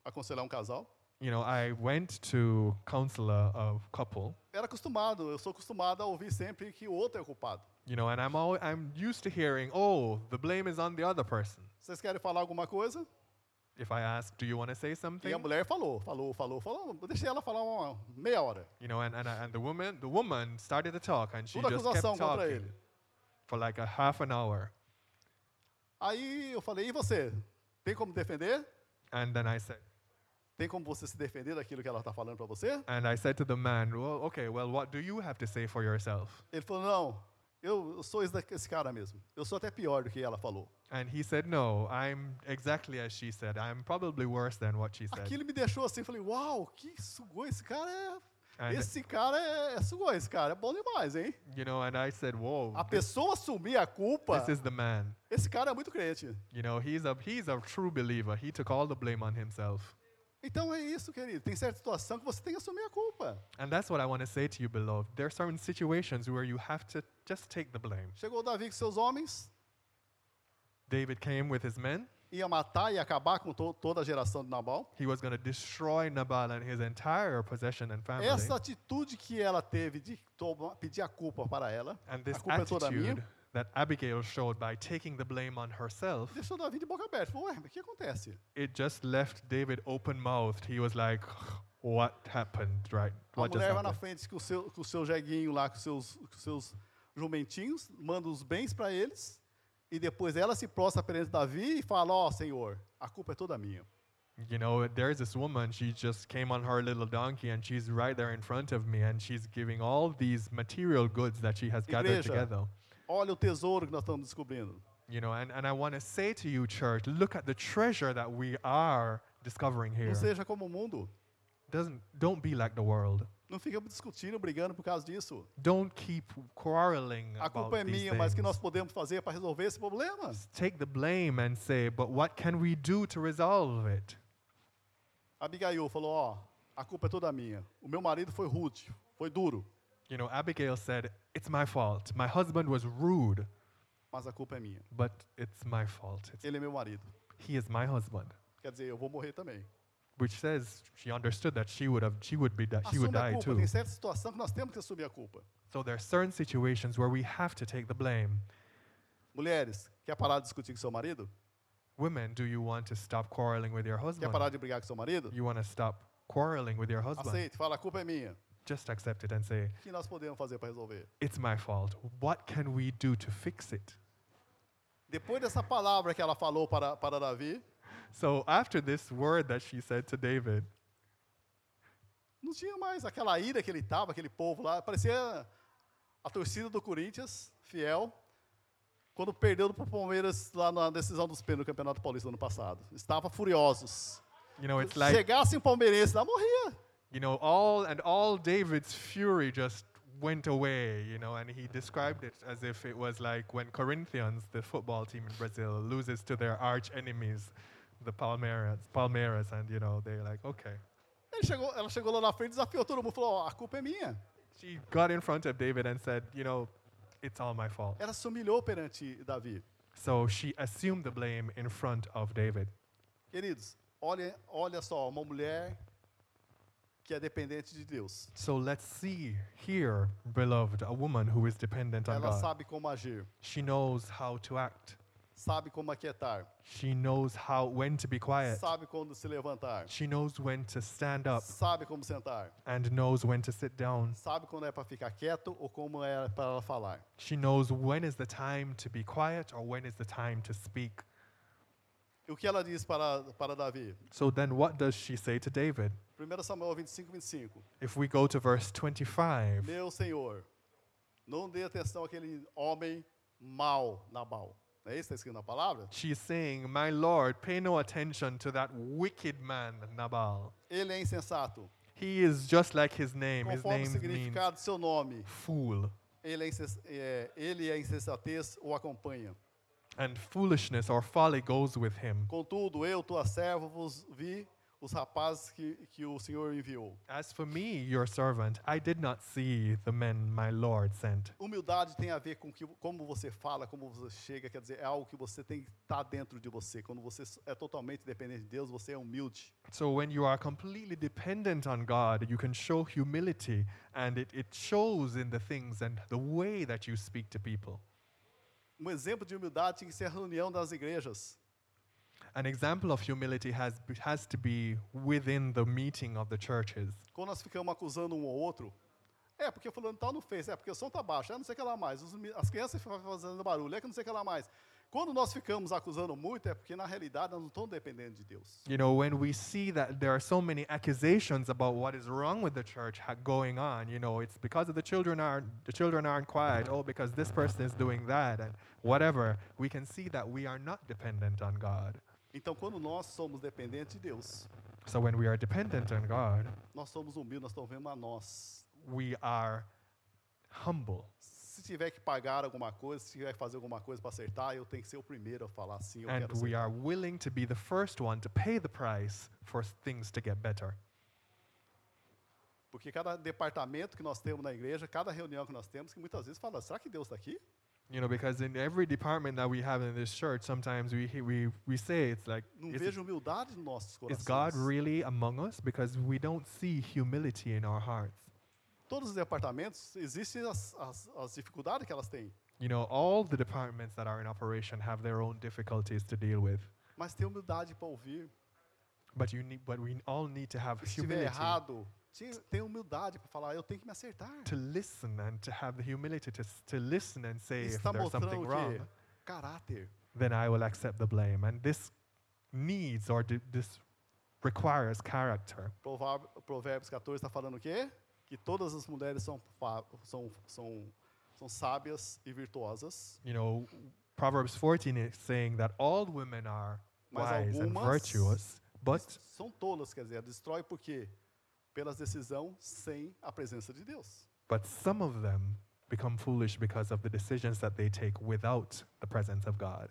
Speaker 1: aconselhar um casal.
Speaker 2: You know, I went to counsel a, a couple.
Speaker 1: Era acostumado, eu sou acostumado a ouvir sempre que o outro é o culpado.
Speaker 2: You know, and I'm always, I'm used to hearing, "Oh, the blame is on the other person."
Speaker 1: Vocês querem falar alguma coisa?
Speaker 2: If I ask, "Do you want to say something?"
Speaker 1: E a mulher falou, falou, falou, falou. Eu deixei ela falar uma meia hora.
Speaker 2: You know, and and, and the woman the woman started to talk, and she
Speaker 1: Toda
Speaker 2: just kept
Speaker 1: acusação contra
Speaker 2: talking
Speaker 1: ele.
Speaker 2: for like a half an hour.
Speaker 1: Aí eu falei, e você? Tem como defender?
Speaker 2: And then I said,
Speaker 1: Tem como você se defender daquilo que ela está falando para você?
Speaker 2: and I said to the man, well, okay, well, what do you have to say for yourself?
Speaker 1: Ele falou, não, eu, eu sou esse, da- esse cara mesmo. Eu sou até pior do que ela falou.
Speaker 2: And he said, no, I'm exactly as she said. I'm probably worse than what she said.
Speaker 1: Aquilo me deixou assim, falei, uau, que sugoi, esse cara é...
Speaker 2: And,
Speaker 1: Esse cara é, é sugoi, esse cara é bom demais, hein?
Speaker 2: you know, and I said, whoa,
Speaker 1: A
Speaker 2: this,
Speaker 1: pessoa assumir a culpa,
Speaker 2: this is the man.
Speaker 1: esse cara é muito crente.
Speaker 2: You know, he's a, he's a true believer. He took all the blame on himself.
Speaker 1: Então é isso, querido. Tem certa situação que você tem que assumir a culpa.
Speaker 2: And that's what I want to say to you, beloved. There are certain situations where you have to just take the blame.
Speaker 1: Chegou Davi com seus homens,
Speaker 2: David came with his men.
Speaker 1: ia matar e acabar com to- toda a geração de Nabal.
Speaker 2: He was going to destroy Nabal and his entire possession and family.
Speaker 1: Essa atitude que ela teve de toma- pedir a culpa para ela,
Speaker 2: And this
Speaker 1: a culpa é toda
Speaker 2: attitude
Speaker 1: minha,
Speaker 2: that Abigail showed by taking the blame on herself,
Speaker 1: deixou Davi de boca aberta. Falou, ué, mas o que acontece?
Speaker 2: it just left David open mouthed. He was like, What happened, right?
Speaker 1: A
Speaker 2: What just
Speaker 1: mulher vai na
Speaker 2: happened?
Speaker 1: frente com o seu, com o seu jeguinho lá, com seus, com seus jumentinhos, manda os bens para eles, e depois ela se prostra perante Davi e fala, ó, Senhor, a culpa é toda minha.
Speaker 2: You know, there's this woman, she just came on her little donkey and she's right there in front of me and she's giving all these material goods that she has
Speaker 1: Igreja.
Speaker 2: gathered together.
Speaker 1: Olha o tesouro que nós estamos descobrindo.
Speaker 2: You know, and, and I want to say to you, church, look at the treasure that we are discovering
Speaker 1: Não
Speaker 2: here.
Speaker 1: seja como o mundo.
Speaker 2: Doesn't don't be like the world.
Speaker 1: Não fica discutindo, brigando por causa disso.
Speaker 2: Don't keep quarreling
Speaker 1: A
Speaker 2: about
Speaker 1: culpa é
Speaker 2: these
Speaker 1: minha, mas o que
Speaker 2: things.
Speaker 1: nós podemos fazer para resolver esse problema?
Speaker 2: take the blame and say, but what can we do to resolve it?
Speaker 1: Abigail falou: Ó, a culpa é toda minha. O meu marido foi rude, foi duro,
Speaker 2: You know, Abigail said, it's my fault. My husband was rude,
Speaker 1: mas a culpa é minha.
Speaker 2: but it's my fault. It's,
Speaker 1: Ele é meu marido.
Speaker 2: he is my husband.
Speaker 1: Quer dizer, eu vou morrer também.
Speaker 2: Which says she understood that she would have, she would be, that she would
Speaker 1: Assume a
Speaker 2: die
Speaker 1: culpa.
Speaker 2: too.
Speaker 1: Tem certa situação que nós temos que assumir a culpa.
Speaker 2: So there are certain situations where we have to take the blame.
Speaker 1: Mulheres, quer parar de discutir com seu marido?
Speaker 2: Women, do you want to stop quarreling with your
Speaker 1: Quer
Speaker 2: husband?
Speaker 1: parar de brigar com seu marido?
Speaker 2: You want to stop quarreling with your husband?
Speaker 1: Aceite, fala: a culpa é minha.
Speaker 2: Just accept it and say,
Speaker 1: O que nós podemos fazer para resolver?
Speaker 2: it's my fault. What can we do to fix it?
Speaker 1: Depois dessa palavra que ela falou para, para Davi,
Speaker 2: So after this word that she said to David,
Speaker 1: não tinha mais aquela ira que ele estava, aquele povo lá. Parecia a torcida do Corinthians, fiel, quando perdeu para o Palmeiras lá na decisão dos pênaltis do Campeonato Paulista ano passado. Estava furiosos.
Speaker 2: you know, it's like
Speaker 1: Chegassem o palmeirense lá, morria.
Speaker 2: you know all and all David's fury just went away, you know, and he described it as if it was like when Corinthians, the football team in Brazil, loses to their arch enemies, the Palmeiras, Palmeiras, and you know they're like, okay.
Speaker 1: Ele chegou, ela chegou lá na frente, desafiou todo mundo, falou, ó, a culpa é minha.
Speaker 2: She got in front of David and said, you know, it's all my fault.
Speaker 1: Ela se humilhou perante Davi.
Speaker 2: So she assumed the blame in front of David.
Speaker 1: Queridos, olha, olha só, uma mulher que é dependente de Deus.
Speaker 2: So let's see here, beloved, a woman who is dependent on
Speaker 1: Ela
Speaker 2: God.
Speaker 1: sabe como agir.
Speaker 2: She knows how to act.
Speaker 1: Sabe como aquietar.
Speaker 2: She knows how when to be quiet.
Speaker 1: Sabe quando se levantar.
Speaker 2: She knows when to stand up
Speaker 1: Sabe como sentar.
Speaker 2: and knows when to sit down.
Speaker 1: Sabe quando é para ficar quieto ou como é para ela falar.
Speaker 2: She knows when is the time to be quiet or when is the time to speak.
Speaker 1: E o que ela diz para, para Davi?
Speaker 2: So then what does she say to David?
Speaker 1: 1 Samuel 25, 25.
Speaker 2: If we go to verse 25,
Speaker 1: Meu senhor, não dê atenção àquele homem mau, Nabal. Não é isso que está escrito na palavra?
Speaker 2: she's saying, My Lord, pay no attention to that wicked man, Nabal.
Speaker 1: Ele é insensato.
Speaker 2: He is just like his name. His
Speaker 1: Conforme o
Speaker 2: name means
Speaker 1: significado do seu nome,
Speaker 2: fool.
Speaker 1: ele é, insens é, ele é insensatez ou acompanha.
Speaker 2: And foolishness or folly goes with him.
Speaker 1: Contudo, eu, tua serva, vos vi os rapazes que, que o Senhor enviou.
Speaker 2: As for me, your servant, I did not see the men my Lord sent.
Speaker 1: Humildade tem a ver com que, como você fala, como você chega, quer dizer, é algo que você tem que estar dentro de você. Quando você é totalmente dependente de Deus, você é humilde.
Speaker 2: So when you are completely dependent on God, you can show humility, and it, it shows in the things and the way that you speak to people.
Speaker 1: Um exemplo de humildade tem que ser a reunião das igrejas.
Speaker 2: An example of humility has, has to be within the meeting of the churches.
Speaker 1: Quando nós ficamos acusando um ao outro, é porque fulano tal não fez, é porque o som está baixo, é não sei o que lá mais, os mi- as crianças ficam fazendo barulho, é que não sei o que lá mais. Quando nós ficamos acusando muito, é porque na realidade nós não estamos dependendo de Deus.
Speaker 2: You know, when we see that there are so many accusations about what is wrong with the church ha- going on, you know, it's because of the children aren't the children aren't quiet, oh because this person is doing that and whatever, we can see that we are not dependent on God.
Speaker 1: Então, quando nós somos dependentes de Deus,
Speaker 2: So when we are dependent on God,
Speaker 1: nós somos humildes, nós estamos vendo a nós.
Speaker 2: we are humble.
Speaker 1: Se tiver que pagar alguma coisa, se tiver que fazer alguma coisa para acertar, eu tenho que ser o primeiro a falar sim, eu
Speaker 2: and
Speaker 1: quero
Speaker 2: we
Speaker 1: acertar.
Speaker 2: are willing to be the first one to pay the price for s- things to get better.
Speaker 1: Porque cada departamento que nós temos na igreja, cada reunião que nós temos, que muitas vezes fala, será que Deus está aqui?
Speaker 2: You know, because in every department that we have in this church, sometimes we he- we we say it's like,
Speaker 1: Não
Speaker 2: is,
Speaker 1: vejo humildade nos nossos
Speaker 2: is God
Speaker 1: corações.
Speaker 2: really among us? Because we don't see humility in our hearts.
Speaker 1: Todos os departamentos, existem as, as, as dificuldades que elas têm,
Speaker 2: You know, all the departments that are in operation have their own difficulties to deal with,
Speaker 1: mas tem humildade para ouvir.
Speaker 2: but you need, but we all need to have
Speaker 1: Se estiver
Speaker 2: humility
Speaker 1: errado, te- tem humildade para falar, eu tenho que me acertar.
Speaker 2: to listen and to have the humility to s- to listen and say
Speaker 1: Isso
Speaker 2: if
Speaker 1: está
Speaker 2: there's
Speaker 1: mostrando
Speaker 2: something
Speaker 1: o
Speaker 2: wrong.
Speaker 1: quê? Caráter.
Speaker 2: then I will accept the blame. And this needs or d- this requires character.
Speaker 1: Provar- Provérbios 14 está falando o quê? Que todas as mulheres são, fa- são, são, são sábias e virtuosas,
Speaker 2: You know, Proverbs 14 is saying that all women are
Speaker 1: Mas
Speaker 2: wise and
Speaker 1: algumas-
Speaker 2: virtuous, but
Speaker 1: mas são tolas, quer dizer, destrói por quê? Pelas decisão sem a presença de Deus.
Speaker 2: but some of them become foolish because of the decisions that they take without the presence of God.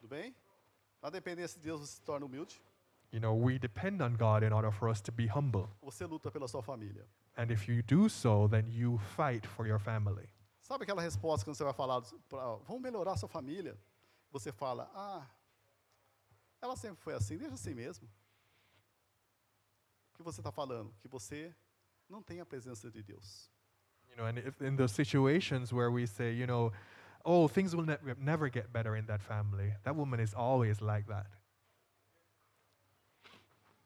Speaker 1: Tudo bem? Na dependência de Deus você se torna humilde,
Speaker 2: You know, we depend on God in order for us to be humble.
Speaker 1: você luta pela sua família.
Speaker 2: And if you do so, then you fight for your family.
Speaker 1: Sabe aquela resposta quando você vai falar, dos- pra- vamos melhorar sua família? Você fala, ah, ela sempre foi assim, deixa assim mesmo. O que você está falando? Que você não tem a presença de Deus.
Speaker 2: You know, and if, in those situations where we say, you know, oh, things will ne- never get better in that family, that woman is always like that.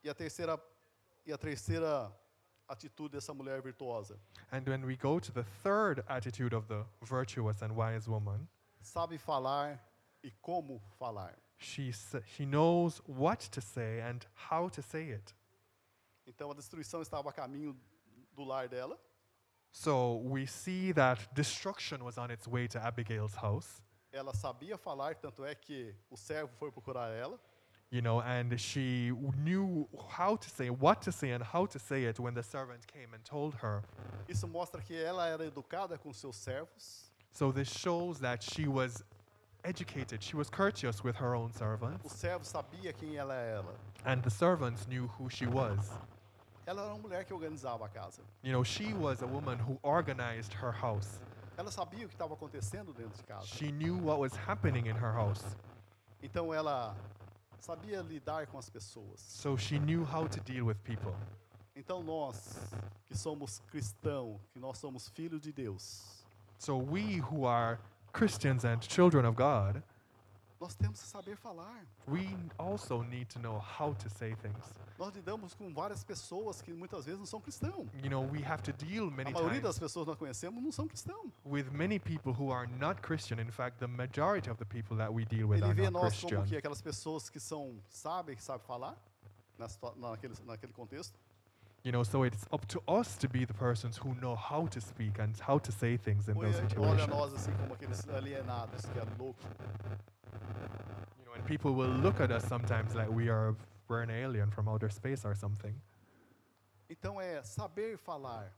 Speaker 1: E a terceira, e a terceira atitude dessa mulher virtuosa,
Speaker 2: And when we go to the third attitude of the virtuous and wise woman,
Speaker 1: sabe falar e como falar.
Speaker 2: she, s- she knows what to say and how to say it.
Speaker 1: Então a destruição estava a caminho do lar dela.
Speaker 2: So we see that destruction was on its way to Abigail's house,
Speaker 1: Ela sabia falar, tanto é que o servo foi procurar ela.
Speaker 2: you know, and she w- knew how to say, what to say, and how to say it when the servant came and told her.
Speaker 1: Isso mostra que ela era educada com seus servos.
Speaker 2: So this shows that she was educated, she was courteous with her own
Speaker 1: O
Speaker 2: servants,
Speaker 1: servo sabia quem ela era.
Speaker 2: and the servants knew who she was.
Speaker 1: Ela era uma mulher que organizava a casa.
Speaker 2: You know, she was a woman who organized her house.
Speaker 1: Ela sabia o que estava acontecendo dentro de casa.
Speaker 2: She knew what was happening in her house,
Speaker 1: Então ela sabia lidar com as pessoas.
Speaker 2: so she knew how to deal with people.
Speaker 1: Então nós, que somos cristãos, que nós somos filhos de Deus,
Speaker 2: So we who are Christians and children of God,
Speaker 1: Nós temos que saber falar.
Speaker 2: We also need to know how to say things.
Speaker 1: Nós lidamos com várias pessoas que muitas vezes não são cristãos.
Speaker 2: You know, we have to deal
Speaker 1: A
Speaker 2: many
Speaker 1: maioria das
Speaker 2: times
Speaker 1: pessoas que nós conhecemos não são cristãos.
Speaker 2: with many people who are not Christian. In fact, the majority of the people that we deal with
Speaker 1: Ele
Speaker 2: are
Speaker 1: vê
Speaker 2: not
Speaker 1: nós como que
Speaker 2: Christian.
Speaker 1: aquelas pessoas que são sabem, que sabem falar na situa- naquele, naquele contexto.
Speaker 2: You know, so it's up to us to be the persons who know how to speak and how to say things in
Speaker 1: Ou é
Speaker 2: those
Speaker 1: ele olha
Speaker 2: situations.
Speaker 1: nós assim como aqueles alienados que é louco.
Speaker 2: You know, and people will look at us sometimes like we are we're an alien from outer space or something.
Speaker 1: Então é saber falar,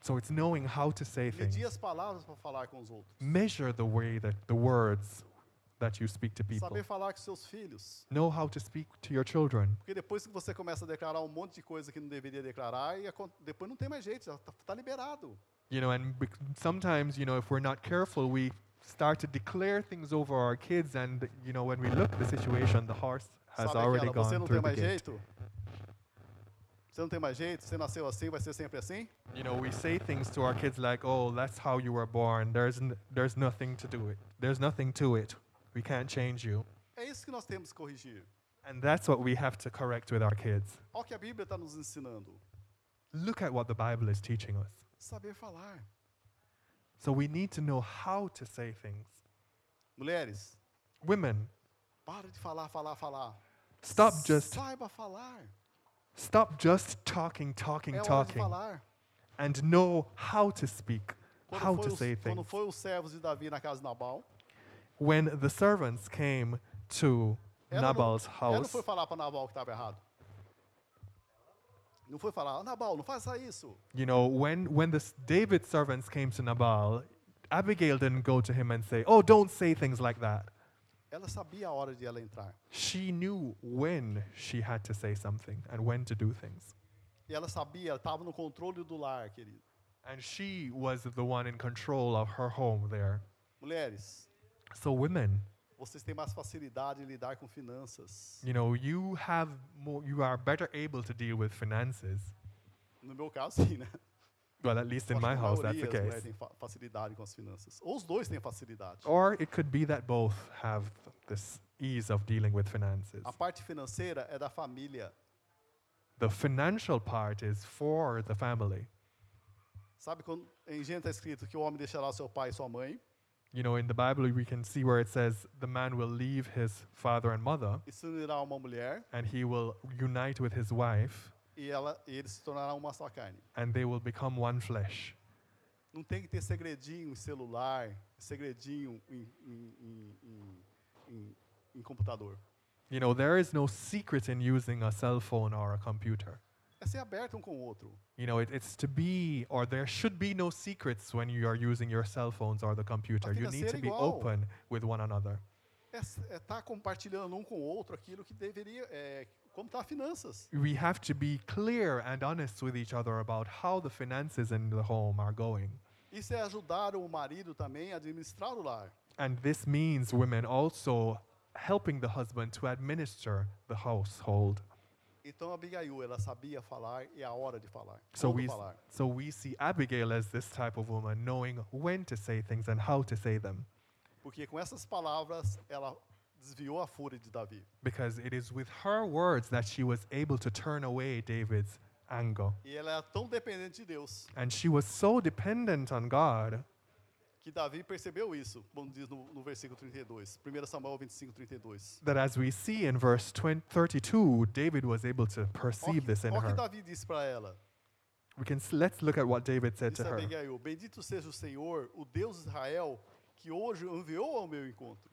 Speaker 2: So it's knowing how to say things.
Speaker 1: medir as palavras para falar com os outros,
Speaker 2: Measure the way that the words that you speak to people.
Speaker 1: saber falar com seus filhos,
Speaker 2: Know how to speak to your children.
Speaker 1: porque depois que você começa a declarar um monte de coisa que não deveria declarar e acon- depois não tem mais jeito, já tá, tá liberado.
Speaker 2: You know, and bec- sometimes, you know, if we're not careful, we start to declare things over our kids and you know when we look at the situation the horse has
Speaker 1: Sabe
Speaker 2: already
Speaker 1: aquela, você
Speaker 2: gone
Speaker 1: não tem
Speaker 2: through the
Speaker 1: mais
Speaker 2: gate.
Speaker 1: jeito? Você não tem mais jeito? Você nasceu assim, vai ser sempre assim?
Speaker 2: You know, we say things to our kids like, "Oh, that's how you were born. There's n- there's nothing to do it. There's nothing to it. We can't change you."
Speaker 1: É isso que nós temos que corrigir.
Speaker 2: And that's what we have to correct with our kids.
Speaker 1: Olha o que a Bíblia está nos ensinando.
Speaker 2: Look at what the Bible is teaching us.
Speaker 1: Saber falar.
Speaker 2: So we need to know how to say things.
Speaker 1: Mulheres,
Speaker 2: Women,
Speaker 1: para de falar, falar, falar.
Speaker 2: stop just
Speaker 1: Saiba falar.
Speaker 2: stop just talking, talking,
Speaker 1: É hora de
Speaker 2: talking,
Speaker 1: falar.
Speaker 2: and know how to speak,
Speaker 1: Quando
Speaker 2: how
Speaker 1: foi
Speaker 2: to
Speaker 1: os-
Speaker 2: say
Speaker 1: Quando
Speaker 2: things.
Speaker 1: foi os servos de Davi na casa de Nabal,
Speaker 2: When the servants came to
Speaker 1: ela
Speaker 2: Nabal's
Speaker 1: não, ela não
Speaker 2: house,
Speaker 1: foi falar para Nabal que estava errado. Não foi falar, "Ah, Nabal, não faça isso.
Speaker 2: you know, when when the s- David's servants came to Nabal, Abigail didn't go to him and say, "Oh, don't say things like that."
Speaker 1: Ela sabia a hora de ela entrar.
Speaker 2: She knew when she had to say something and when to do things.
Speaker 1: E ela sabia, ela estava no controle do lar, querido.
Speaker 2: And she was the one in control of her home there.
Speaker 1: Mulheres,
Speaker 2: So, women,
Speaker 1: vocês têm mais facilidade em lidar com finanças.
Speaker 2: you know, you have more, you are better able to deal with finances.
Speaker 1: No meu caso, sim, né?
Speaker 2: Well, at least
Speaker 1: Eu
Speaker 2: in
Speaker 1: acho que
Speaker 2: my
Speaker 1: a
Speaker 2: house, né, é that's
Speaker 1: maioria
Speaker 2: the
Speaker 1: das mulheres
Speaker 2: case.
Speaker 1: tem fa- facilidade com as finanças. Ou os dois têm facilidade.
Speaker 2: Or it could be that both have this ease of dealing with finances.
Speaker 1: A parte financeira é da família.
Speaker 2: The financial part is for the family.
Speaker 1: Sabe quando em Gênesis está escrito que o homem deixará seu pai e sua mãe
Speaker 2: You know, in the Bible, we can see where it says the man will leave his father and mother,
Speaker 1: e se unirá a uma mulher
Speaker 2: and he will unite with his wife,
Speaker 1: e, ela, e ele se tornará uma só carne.
Speaker 2: and they will become one flesh.
Speaker 1: Não tem que ter segredinho em celular, segredinho em, em- em- em- em- em computador.
Speaker 2: You know, there is no secret in using a cell phone or a computer.
Speaker 1: É ser aberto um com o outro.
Speaker 2: You know, it, it's to be, or there should be no secrets when you are using your cell phones or the computer. You need to be
Speaker 1: Financeira igual.
Speaker 2: open with one another.
Speaker 1: É estar é tá compartilhando um com o outro aquilo que deveria, é, como está finanças.
Speaker 2: We have to be clear and honest with each other about how the finances in the home are going.
Speaker 1: Isso é ajudar o marido também a administrar o lar.
Speaker 2: And this means women also helping the husband to administer the household.
Speaker 1: Então Abigail, ela sabia falar e é a hora de falar.
Speaker 2: So
Speaker 1: quando
Speaker 2: we, s-
Speaker 1: falar.
Speaker 2: so we see Abigail as this type of woman, knowing when to say things and how to say them.
Speaker 1: Porque com essas palavras ela desviou a fúria de Davi.
Speaker 2: because it is with her words that she was able to turn away David's anger.
Speaker 1: E ela era tão dependente de Deus
Speaker 2: And she was so dependent on God
Speaker 1: que Davi percebeu isso, como diz no, no versículo 32, 1 Samuel 25, 32.
Speaker 2: that, as we see in verse 20, 32, David was able to
Speaker 1: Olha
Speaker 2: perceive
Speaker 1: que-
Speaker 2: this in
Speaker 1: olha que
Speaker 2: her.
Speaker 1: Davi disse para ela,
Speaker 2: We can s- let's look at what David said
Speaker 1: disse
Speaker 2: to
Speaker 1: a
Speaker 2: her.
Speaker 1: Abigail, bendito seja o Senhor, o Deus de Israel, que hoje o enviou ao meu encontro.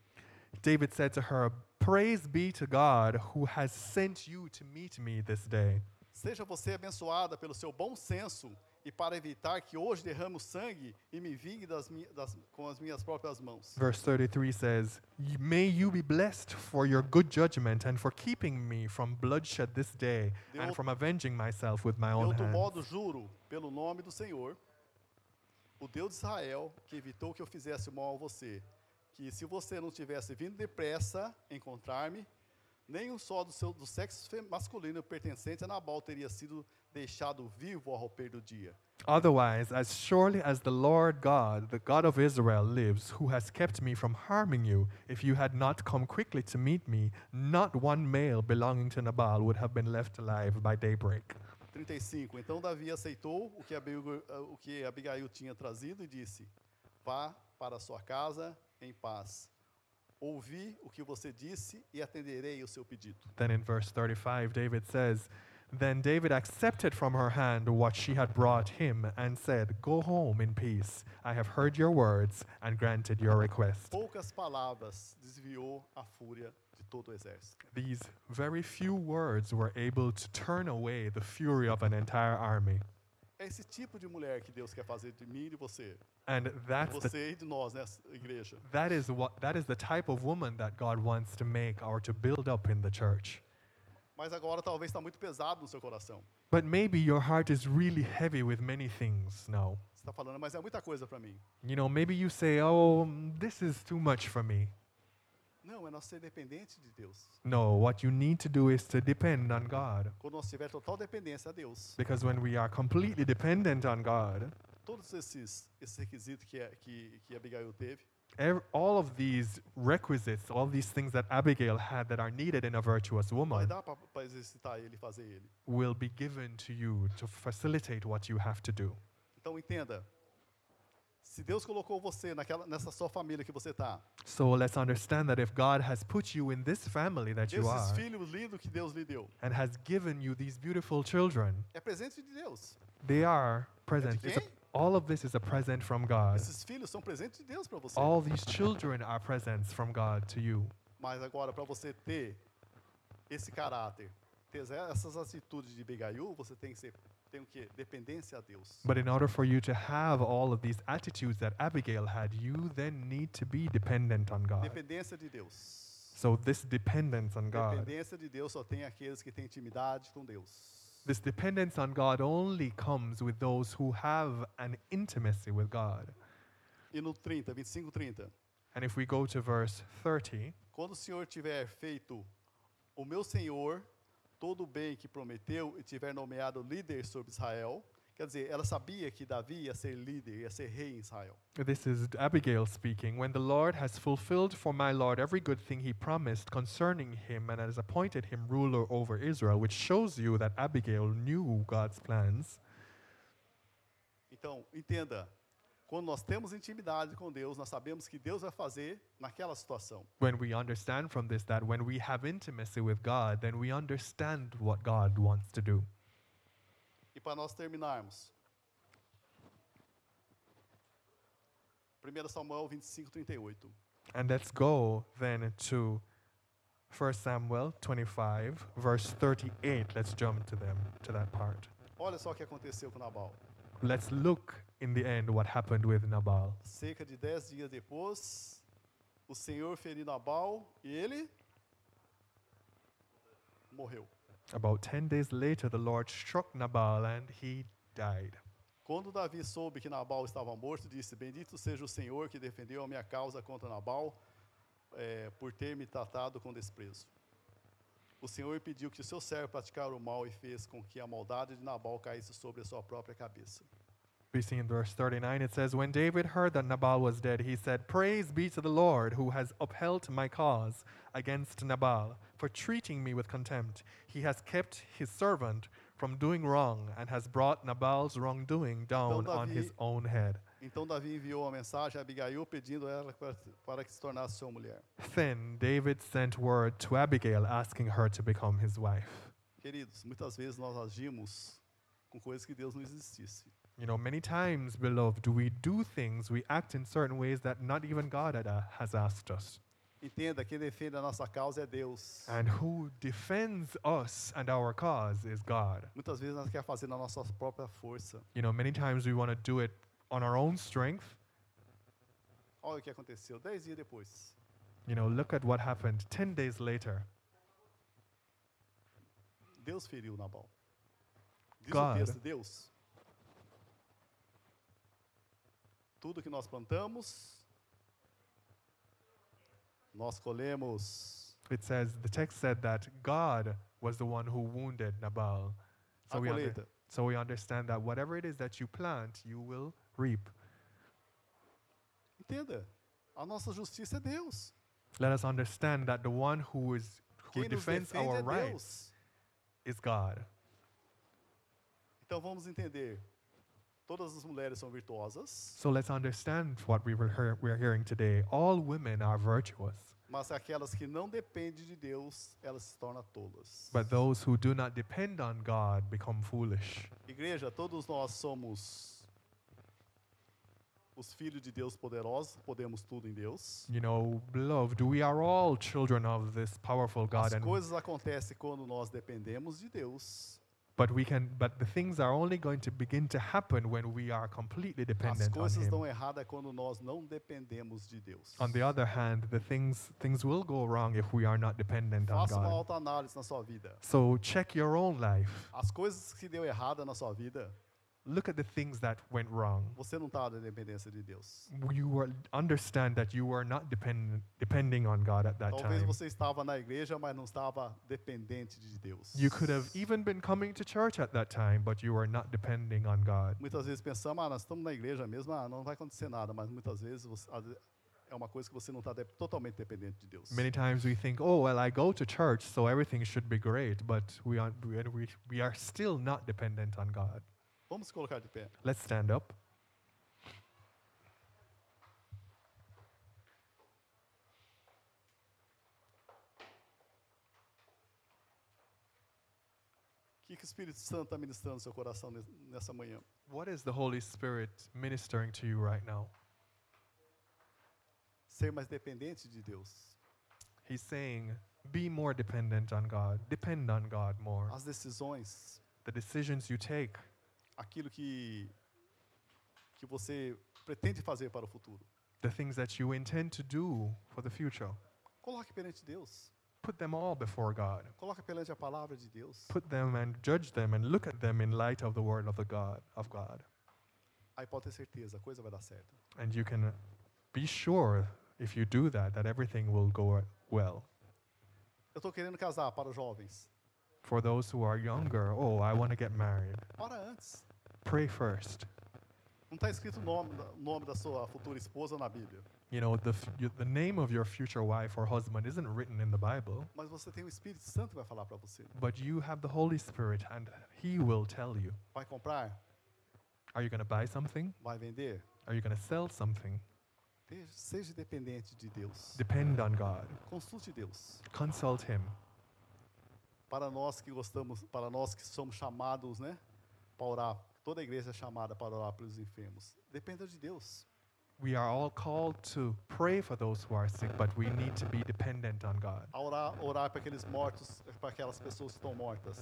Speaker 2: David said to her, "Praise be to God who has sent you to meet me this day.
Speaker 1: Seja você abençoada pelo seu bom senso e para evitar que hoje derrame o sangue e me vingue das mi- das- com as minhas próprias mãos.
Speaker 2: Verse 33 says, "Y- May you be blessed for your good judgment and for keeping me from bloodshed this day
Speaker 1: De
Speaker 2: and
Speaker 1: out-
Speaker 2: from avenging myself with my
Speaker 1: De
Speaker 2: own
Speaker 1: outro
Speaker 2: hands.
Speaker 1: modo, juro, pelo nome do Senhor, o Deus de Israel, que evitou que eu fizesse mal a você, que se você não tivesse vindo depressa encontrar-me, Nenhum só do, seu, do sexo fe- masculino pertencente a Nabal teria sido deixado vivo ao romper do dia.
Speaker 2: Otherwise, as surely as the Lord God, the God of Israel, lives, who has kept me from harming you, if you had not come quickly to meet me, not one male belonging to Nabal would have been left alive by daybreak.
Speaker 1: 35. Então Davi aceitou o que, Abigo- ah, o que Abigail tinha trazido e disse: Vá para sua casa em paz. Ouvi o que você disse e atenderei o seu pedido.
Speaker 2: Then in verse 35, David says, Then David accepted from her hand what she had brought him and said, Go home in peace. I have heard your words and granted your request.
Speaker 1: Poucas palavras desviou a fúria de todo o exército.
Speaker 2: These very few words were able to turn away the fury of an entire army.
Speaker 1: É esse tipo de mulher que Deus quer fazer de mim e de você.
Speaker 2: And that's the
Speaker 1: Você e de nós nessa igreja.
Speaker 2: That is what that is the type of woman that God wants to make or to build up in the church.
Speaker 1: Mas agora talvez está muito pesado no seu coração.
Speaker 2: But maybe your heart is really heavy with many things now.
Speaker 1: Você está falando, mas é muita coisa para mim.
Speaker 2: You know, maybe you say, "Oh, mm, this is too much for me."
Speaker 1: Não, é nós ser dependente de Deus.
Speaker 2: No, what you need to do is to depend on God.
Speaker 1: Quando nós tiver total dependência a Deus,
Speaker 2: Because when we are completely dependent on God,
Speaker 1: todos esses esse requisito que é- que que Abigail teve,
Speaker 2: ev- all of these requisites, all these things that Abigail had that are needed in a virtuous
Speaker 1: vai
Speaker 2: woman
Speaker 1: dar para exercitar ele, e fazer ele.
Speaker 2: will be given to you to facilitate what you have to do.
Speaker 1: Então entenda, se Deus colocou você naquela nessa sua família que você tá, está,
Speaker 2: So let's understand that if God has put you in this family that you
Speaker 1: esses
Speaker 2: are
Speaker 1: filhos lindos que Deus lhe deu,
Speaker 2: and has given you these beautiful children,
Speaker 1: é presente de Deus.
Speaker 2: they are present. It's a-
Speaker 1: quem?
Speaker 2: all of this is a present from God.
Speaker 1: Esses filhos são presentes de Deus para você.
Speaker 2: All these children are presents from God to you.
Speaker 1: Mas agora para você ter esse caráter, ter essas atitudes de Abigail, você tem que ser tem o quê? Dependência a Deus.
Speaker 2: But in order for you to have all of these attitudes that Abigail had, you then need to be dependent on God.
Speaker 1: Dependência de Deus.
Speaker 2: So this dependence on God,
Speaker 1: Dependência de Deus só tem aqueles que têm intimidade com Deus.
Speaker 2: this dependence on God only comes with those who have an intimacy with God.
Speaker 1: E no 30, 25, 30.
Speaker 2: And if we go to verse 30,
Speaker 1: Quando o Senhor tiver feito o meu Senhor todo o bem que prometeu e tiver nomeado líder sobre Israel, quer dizer, ela sabia que Davi ia ser líder, ia ser rei em Israel.
Speaker 2: This is Abigail speaking. When the Lord has fulfilled for my Lord every good thing he promised concerning him and has appointed him ruler over Israel, which shows you that Abigail knew God's plans.
Speaker 1: Então, entenda, quando nós temos intimidade com Deus, nós sabemos que Deus vai fazer naquela situação.
Speaker 2: When we understand from this that when we have intimacy with God, then we understand what God wants to do.
Speaker 1: E para nós terminarmos, 1 Samuel 25, 38.
Speaker 2: And let's go then to 1 Samuel 25, verse 38. Let's jump to them, to that part.
Speaker 1: Olha só o que aconteceu com Nabal.
Speaker 2: Let's look in the end what happened with Nabal.
Speaker 1: Cerca de dez dias depois, o Senhor feriu Nabal e ele morreu.
Speaker 2: About 10 days later, the Lord struck Nabal and he died.
Speaker 1: Quando Davi soube que Nabal estava morto, disse: Bendito seja o Senhor que defendeu a minha causa contra Nabal, eh, por ter me tratado com desprezo. O Senhor pediu que o seu servo praticara o mal e fez com que a maldade de Nabal caísse sobre a sua própria cabeça.
Speaker 2: We see in verse 39, it says, When David heard that Nabal was dead, he said, Praise be to the Lord who has upheld my cause against Nabal for treating me with contempt. He has kept his servant from doing wrong and has brought Nabal's wrongdoing down on his
Speaker 1: Davi-
Speaker 2: own head.
Speaker 1: Então Davi enviou uma mensagem a Abigail pedindo ela para- para que se tornasse sua mulher.
Speaker 2: Then David sent word to Abigail asking her to become his wife.
Speaker 1: Queridos, muitas vezes nós agimos com coisas que Deus não existisse.
Speaker 2: You know, many times, beloved, we do things, we act in certain ways that not even God had, uh, has asked us.
Speaker 1: Entenda, quem defende a nossa causa é Deus.
Speaker 2: And who defends us and our cause is God.
Speaker 1: Muitas vezes nós queremos fazer na nossa própria força.
Speaker 2: You know, many times we want to do it on our own strength.
Speaker 1: Olha o que aconteceu dez dias depois.
Speaker 2: You know, look at what happened 10 days later.
Speaker 1: Deus feriu Nabal. Diz
Speaker 2: God.
Speaker 1: o texto, Deus. Tudo que nós plantamos, nós colhemos.
Speaker 2: It says, the text said that God was the one who wounded Nabal. So we, under-
Speaker 1: Acolheita.
Speaker 2: so we understand that whatever it is that you plant, you will reap.
Speaker 1: Entenda, a nossa justiça é Deus.
Speaker 2: Let us understand that the one who is
Speaker 1: Quem
Speaker 2: who
Speaker 1: nos
Speaker 2: defends
Speaker 1: defende
Speaker 2: our
Speaker 1: é
Speaker 2: rights
Speaker 1: Deus.
Speaker 2: is God.
Speaker 1: Então vamos entender. Todas as mulheres são virtuosas,
Speaker 2: So let's understand what we were hear- we're hearing today. All women are virtuous,
Speaker 1: mas aquelas que não dependem de Deus, elas se tornam tolas.
Speaker 2: but those who do not depend on God become foolish.
Speaker 1: Igreja, todos nós somos os filhos de Deus poderosos, podemos tudo em Deus.
Speaker 2: You know, beloved, we are all children of this powerful God,
Speaker 1: As
Speaker 2: and
Speaker 1: coisas acontecem quando nós dependemos de Deus.
Speaker 2: but we can. But the things are only going to begin to happen when we are completely
Speaker 1: As
Speaker 2: dependent on
Speaker 1: coisas
Speaker 2: Him.
Speaker 1: dão errado é quando nós não dependemos de Deus.
Speaker 2: On the other hand, the things things will go wrong if we are not dependent on
Speaker 1: Faça uma
Speaker 2: God.
Speaker 1: autoanálise na sua vida.
Speaker 2: So check your own life.
Speaker 1: As coisas que deu errado na sua vida,
Speaker 2: Look at the things that went wrong.
Speaker 1: você não está na dependência de Deus.
Speaker 2: you were understand that you were not dependent depending on God at that
Speaker 1: Talvez
Speaker 2: time.
Speaker 1: você estava na igreja, mas não estava dependente de Deus.
Speaker 2: You could have even been coming to church at that time, but you were not depending on God.
Speaker 1: Muitas vezes pensamos, ah, nós estamos na igreja mesmo, ah, não vai acontecer nada, mas muitas vezes você- às ve- é uma coisa que você não está de- totalmente dependente de Deus.
Speaker 2: Many times we think, "Oh, well, I go to church, so everything should be great," but we are we are- we, we are still not dependent on God.
Speaker 1: Vamos se colocar de pé.
Speaker 2: Let's stand up.
Speaker 1: O que, que o Espírito Santo está ministrando no seu coração nes- nessa manhã?
Speaker 2: What is the Holy Spirit ministering to you right now?
Speaker 1: Ser mais dependente de Deus.
Speaker 2: He's saying, "Be more dependent on God. Depend on God more.
Speaker 1: As decisões,
Speaker 2: The decisions you take,
Speaker 1: aquilo que, que você pretende fazer para o futuro.
Speaker 2: the things that you intend to do for the future."
Speaker 1: Coloque perante Deus.
Speaker 2: Put them all before God.
Speaker 1: Coloque perante a palavra de Deus.
Speaker 2: Put them and judge them and look at them in light of the word of the God of God.
Speaker 1: Aí pode ter certeza, a coisa vai dar certo.
Speaker 2: And you can be sure if you do that that everything will go well.
Speaker 1: Eu estou querendo casar para os jovens.
Speaker 2: For those who are younger, oh, I want to get married.
Speaker 1: Ora antes.
Speaker 2: Pray first.
Speaker 1: Não está escrito o nome, da- o nome da sua futura esposa na Bíblia.
Speaker 2: You know, the, f- you, the name of your future wife or husband isn't written in the Bible,
Speaker 1: Mas você tem o Espírito Santo que vai falar para você.
Speaker 2: but you have the Holy Spirit and He will tell you.
Speaker 1: Vai comprar?
Speaker 2: Are you going to buy something?
Speaker 1: Vai vender?
Speaker 2: Are you going to sell something?
Speaker 1: Te- Seja dependente de Deus.
Speaker 2: Depend on God.
Speaker 1: Consulte Deus.
Speaker 2: Consult Him.
Speaker 1: Para nós que gostamos, para nós que somos chamados, né? Para orar. Toda a igreja é chamada para orar pelos enfermos. Dependa de Deus.
Speaker 2: We are all called to pray for those who are sick, but we need to be dependent on God.
Speaker 1: A orar, orar para aqueles mortos, para aquelas pessoas que estão mortas.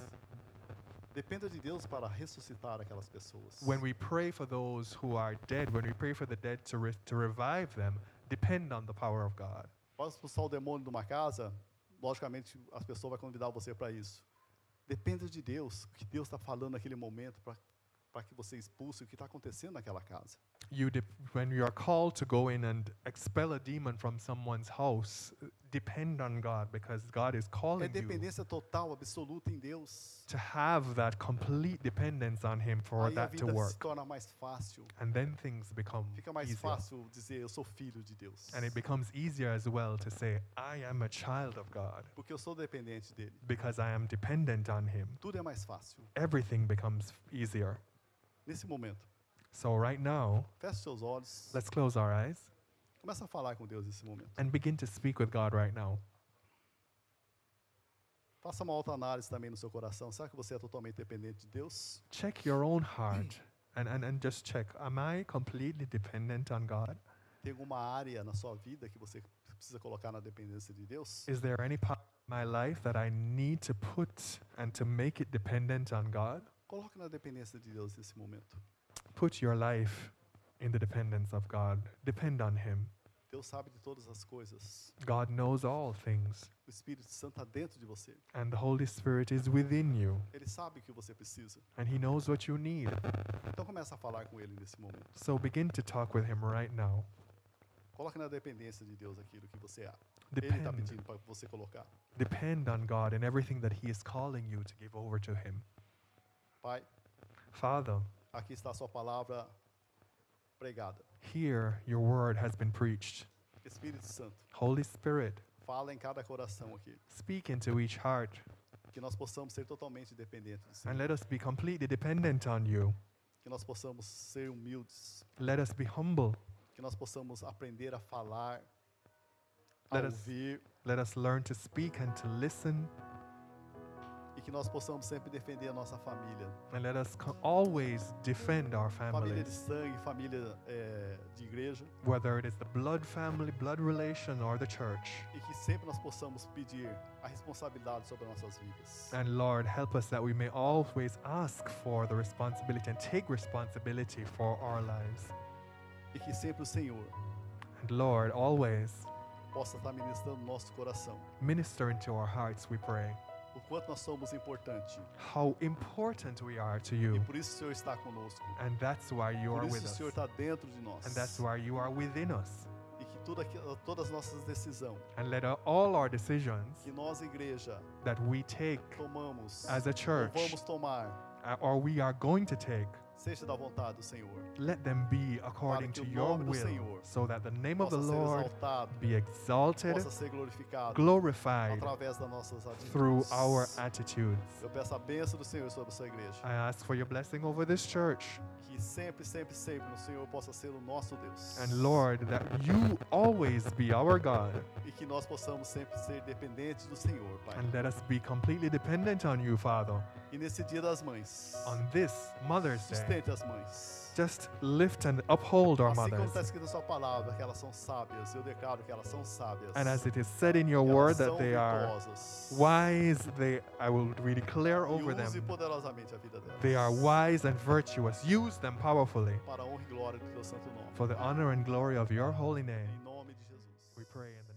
Speaker 1: Dependa de Deus para ressuscitar aquelas pessoas.
Speaker 2: When we pray for those who are dead, when we pray for the dead to, re- to revive them, depend on the power of God.
Speaker 1: Para expulsar o demônio de uma casa, logicamente as pessoas vão convidar você para isso. Dependa de Deus, o que Deus está falando naquele momento para que você expulse o que está acontecendo naquela casa.
Speaker 2: You dep when you are called to go in and expel a demon from someone's house, uh, depend on God because God is
Speaker 1: É
Speaker 2: calling you
Speaker 1: dependência total, absoluta em Deus.
Speaker 2: to have that complete dependence on Him for
Speaker 1: Aí a
Speaker 2: that
Speaker 1: vida
Speaker 2: to
Speaker 1: se
Speaker 2: work.
Speaker 1: torna mais fácil.
Speaker 2: And then things become
Speaker 1: Fica mais
Speaker 2: easier.
Speaker 1: fácil dizer eu sou filho de Deus,
Speaker 2: And it becomes easier as well to say, I am a child of God.
Speaker 1: porque eu sou dependente dele.
Speaker 2: because I am dependent on Him,
Speaker 1: Tudo é mais fácil
Speaker 2: everything becomes easier.
Speaker 1: nesse momento.
Speaker 2: So, right now,
Speaker 1: Feche seus olhos.
Speaker 2: let's close our eyes
Speaker 1: Começa a falar com Deus nesse momento.
Speaker 2: and begin to speak with God right now.
Speaker 1: Faça uma autoanálise também no seu coração. Será que você é totalmente dependente de Deus?
Speaker 2: Check your own heart and, and, and just check Am I completely dependent on God?
Speaker 1: Tem alguma área na sua vida que você precisa colocar na dependência de Deus?
Speaker 2: Is there any part of my life that I need to put and to make it dependent on God?
Speaker 1: Coloque na dependência de Deus nesse momento.
Speaker 2: Put your life in the dependence of God, depend on Him.
Speaker 1: Deus sabe de todas as coisas.
Speaker 2: God knows all things,
Speaker 1: O Espírito Santo está dentro de você.
Speaker 2: and the Holy Spirit is within you,
Speaker 1: Ele sabe o que você precisa.
Speaker 2: and He knows what you need.
Speaker 1: Então começa a falar com Ele nesse momento.
Speaker 2: So begin to talk with him right now.
Speaker 1: Coloque na dependência de Deus aquilo que você é. Ele está
Speaker 2: Depend,
Speaker 1: pedindo para você colocar.
Speaker 2: depend on God in everything that He is calling you to give over to Him.
Speaker 1: Pai,
Speaker 2: Father,
Speaker 1: aqui está a sua palavra pregada.
Speaker 2: here your word has been preached.
Speaker 1: Espírito Santo,
Speaker 2: Holy Spirit,
Speaker 1: fala em cada coração aqui.
Speaker 2: speak into each heart
Speaker 1: Que nós possamos ser totalmente dependentes do Senhor.
Speaker 2: and let us be completely dependent on you.
Speaker 1: Que nós possamos ser humildes.
Speaker 2: Let us be humble.
Speaker 1: Que nós possamos aprender a falar, a
Speaker 2: Let us-
Speaker 1: ouvir.
Speaker 2: Let us learn to speak and to listen.
Speaker 1: E que nós possamos sempre defender a nossa família.
Speaker 2: And let us co- always defend our
Speaker 1: Família
Speaker 2: families,
Speaker 1: de sangue, família eh, de igreja.
Speaker 2: whether it is the blood family, blood relation, or the church.
Speaker 1: E que sempre nós possamos pedir a responsabilidade sobre as nossas vidas.
Speaker 2: And Lord, help us that we may always ask for the responsibility and take responsibility for our lives.
Speaker 1: E que sempre o Senhor
Speaker 2: And Lord, always
Speaker 1: possa estar ministrando o nosso coração.
Speaker 2: minister into our hearts, we pray,
Speaker 1: O quanto nós somos importante.
Speaker 2: how important we are to you.
Speaker 1: E por isso o Senhor está conosco.
Speaker 2: And that's why you
Speaker 1: Por
Speaker 2: are
Speaker 1: isso
Speaker 2: with
Speaker 1: o
Speaker 2: us.
Speaker 1: Senhor está dentro de nós.
Speaker 2: And that's why you are within us.
Speaker 1: E que tudo aquilo, todas as nossas decisões
Speaker 2: And let our, all our decisions
Speaker 1: que nós, igreja,
Speaker 2: that we take
Speaker 1: tomamos
Speaker 2: as a
Speaker 1: ou
Speaker 2: church
Speaker 1: vamos tomar,
Speaker 2: uh, or we are going to take,
Speaker 1: seja da vontade do Senhor.
Speaker 2: let them be according
Speaker 1: que
Speaker 2: to
Speaker 1: o
Speaker 2: your
Speaker 1: nome do
Speaker 2: will,
Speaker 1: Senhor
Speaker 2: so that the name of the
Speaker 1: Possa ser
Speaker 2: Lord
Speaker 1: exaltado,
Speaker 2: be exalted,
Speaker 1: possa ser glorificado
Speaker 2: glorified
Speaker 1: através das nossas atitudes.
Speaker 2: through our Ah. attitudes.
Speaker 1: Eu peço a bênção do Senhor sobre a sua igreja.
Speaker 2: I ask for your blessing over this church.
Speaker 1: Que sempre, sempre, sempre o Senhor possa ser o nosso Deus.
Speaker 2: And Lord, that you always be our God.
Speaker 1: E que nós possamos sempre ser dependentes do Senhor, Pai.
Speaker 2: And let us be completely dependent on you, Father.
Speaker 1: E nesse dia das mães,
Speaker 2: On this Mother's Day,
Speaker 1: sustente as mães.
Speaker 2: just lift and uphold our
Speaker 1: Assim como
Speaker 2: mothers.
Speaker 1: está escrito na sua palavra, que elas são sábias, eu declaro que elas são sábias.
Speaker 2: And as it is said in your
Speaker 1: que elas
Speaker 2: word
Speaker 1: são
Speaker 2: that they are
Speaker 1: virtuosas.
Speaker 2: wise, they I will declare
Speaker 1: E
Speaker 2: over
Speaker 1: use
Speaker 2: them.
Speaker 1: poderosamente a vida delas.
Speaker 2: They are wise and virtuous. Use them powerfully
Speaker 1: Para a honra e glória do teu santo nome.
Speaker 2: for the honor and glory of your holy name.
Speaker 1: Em nome de Jesus.
Speaker 2: We pray in the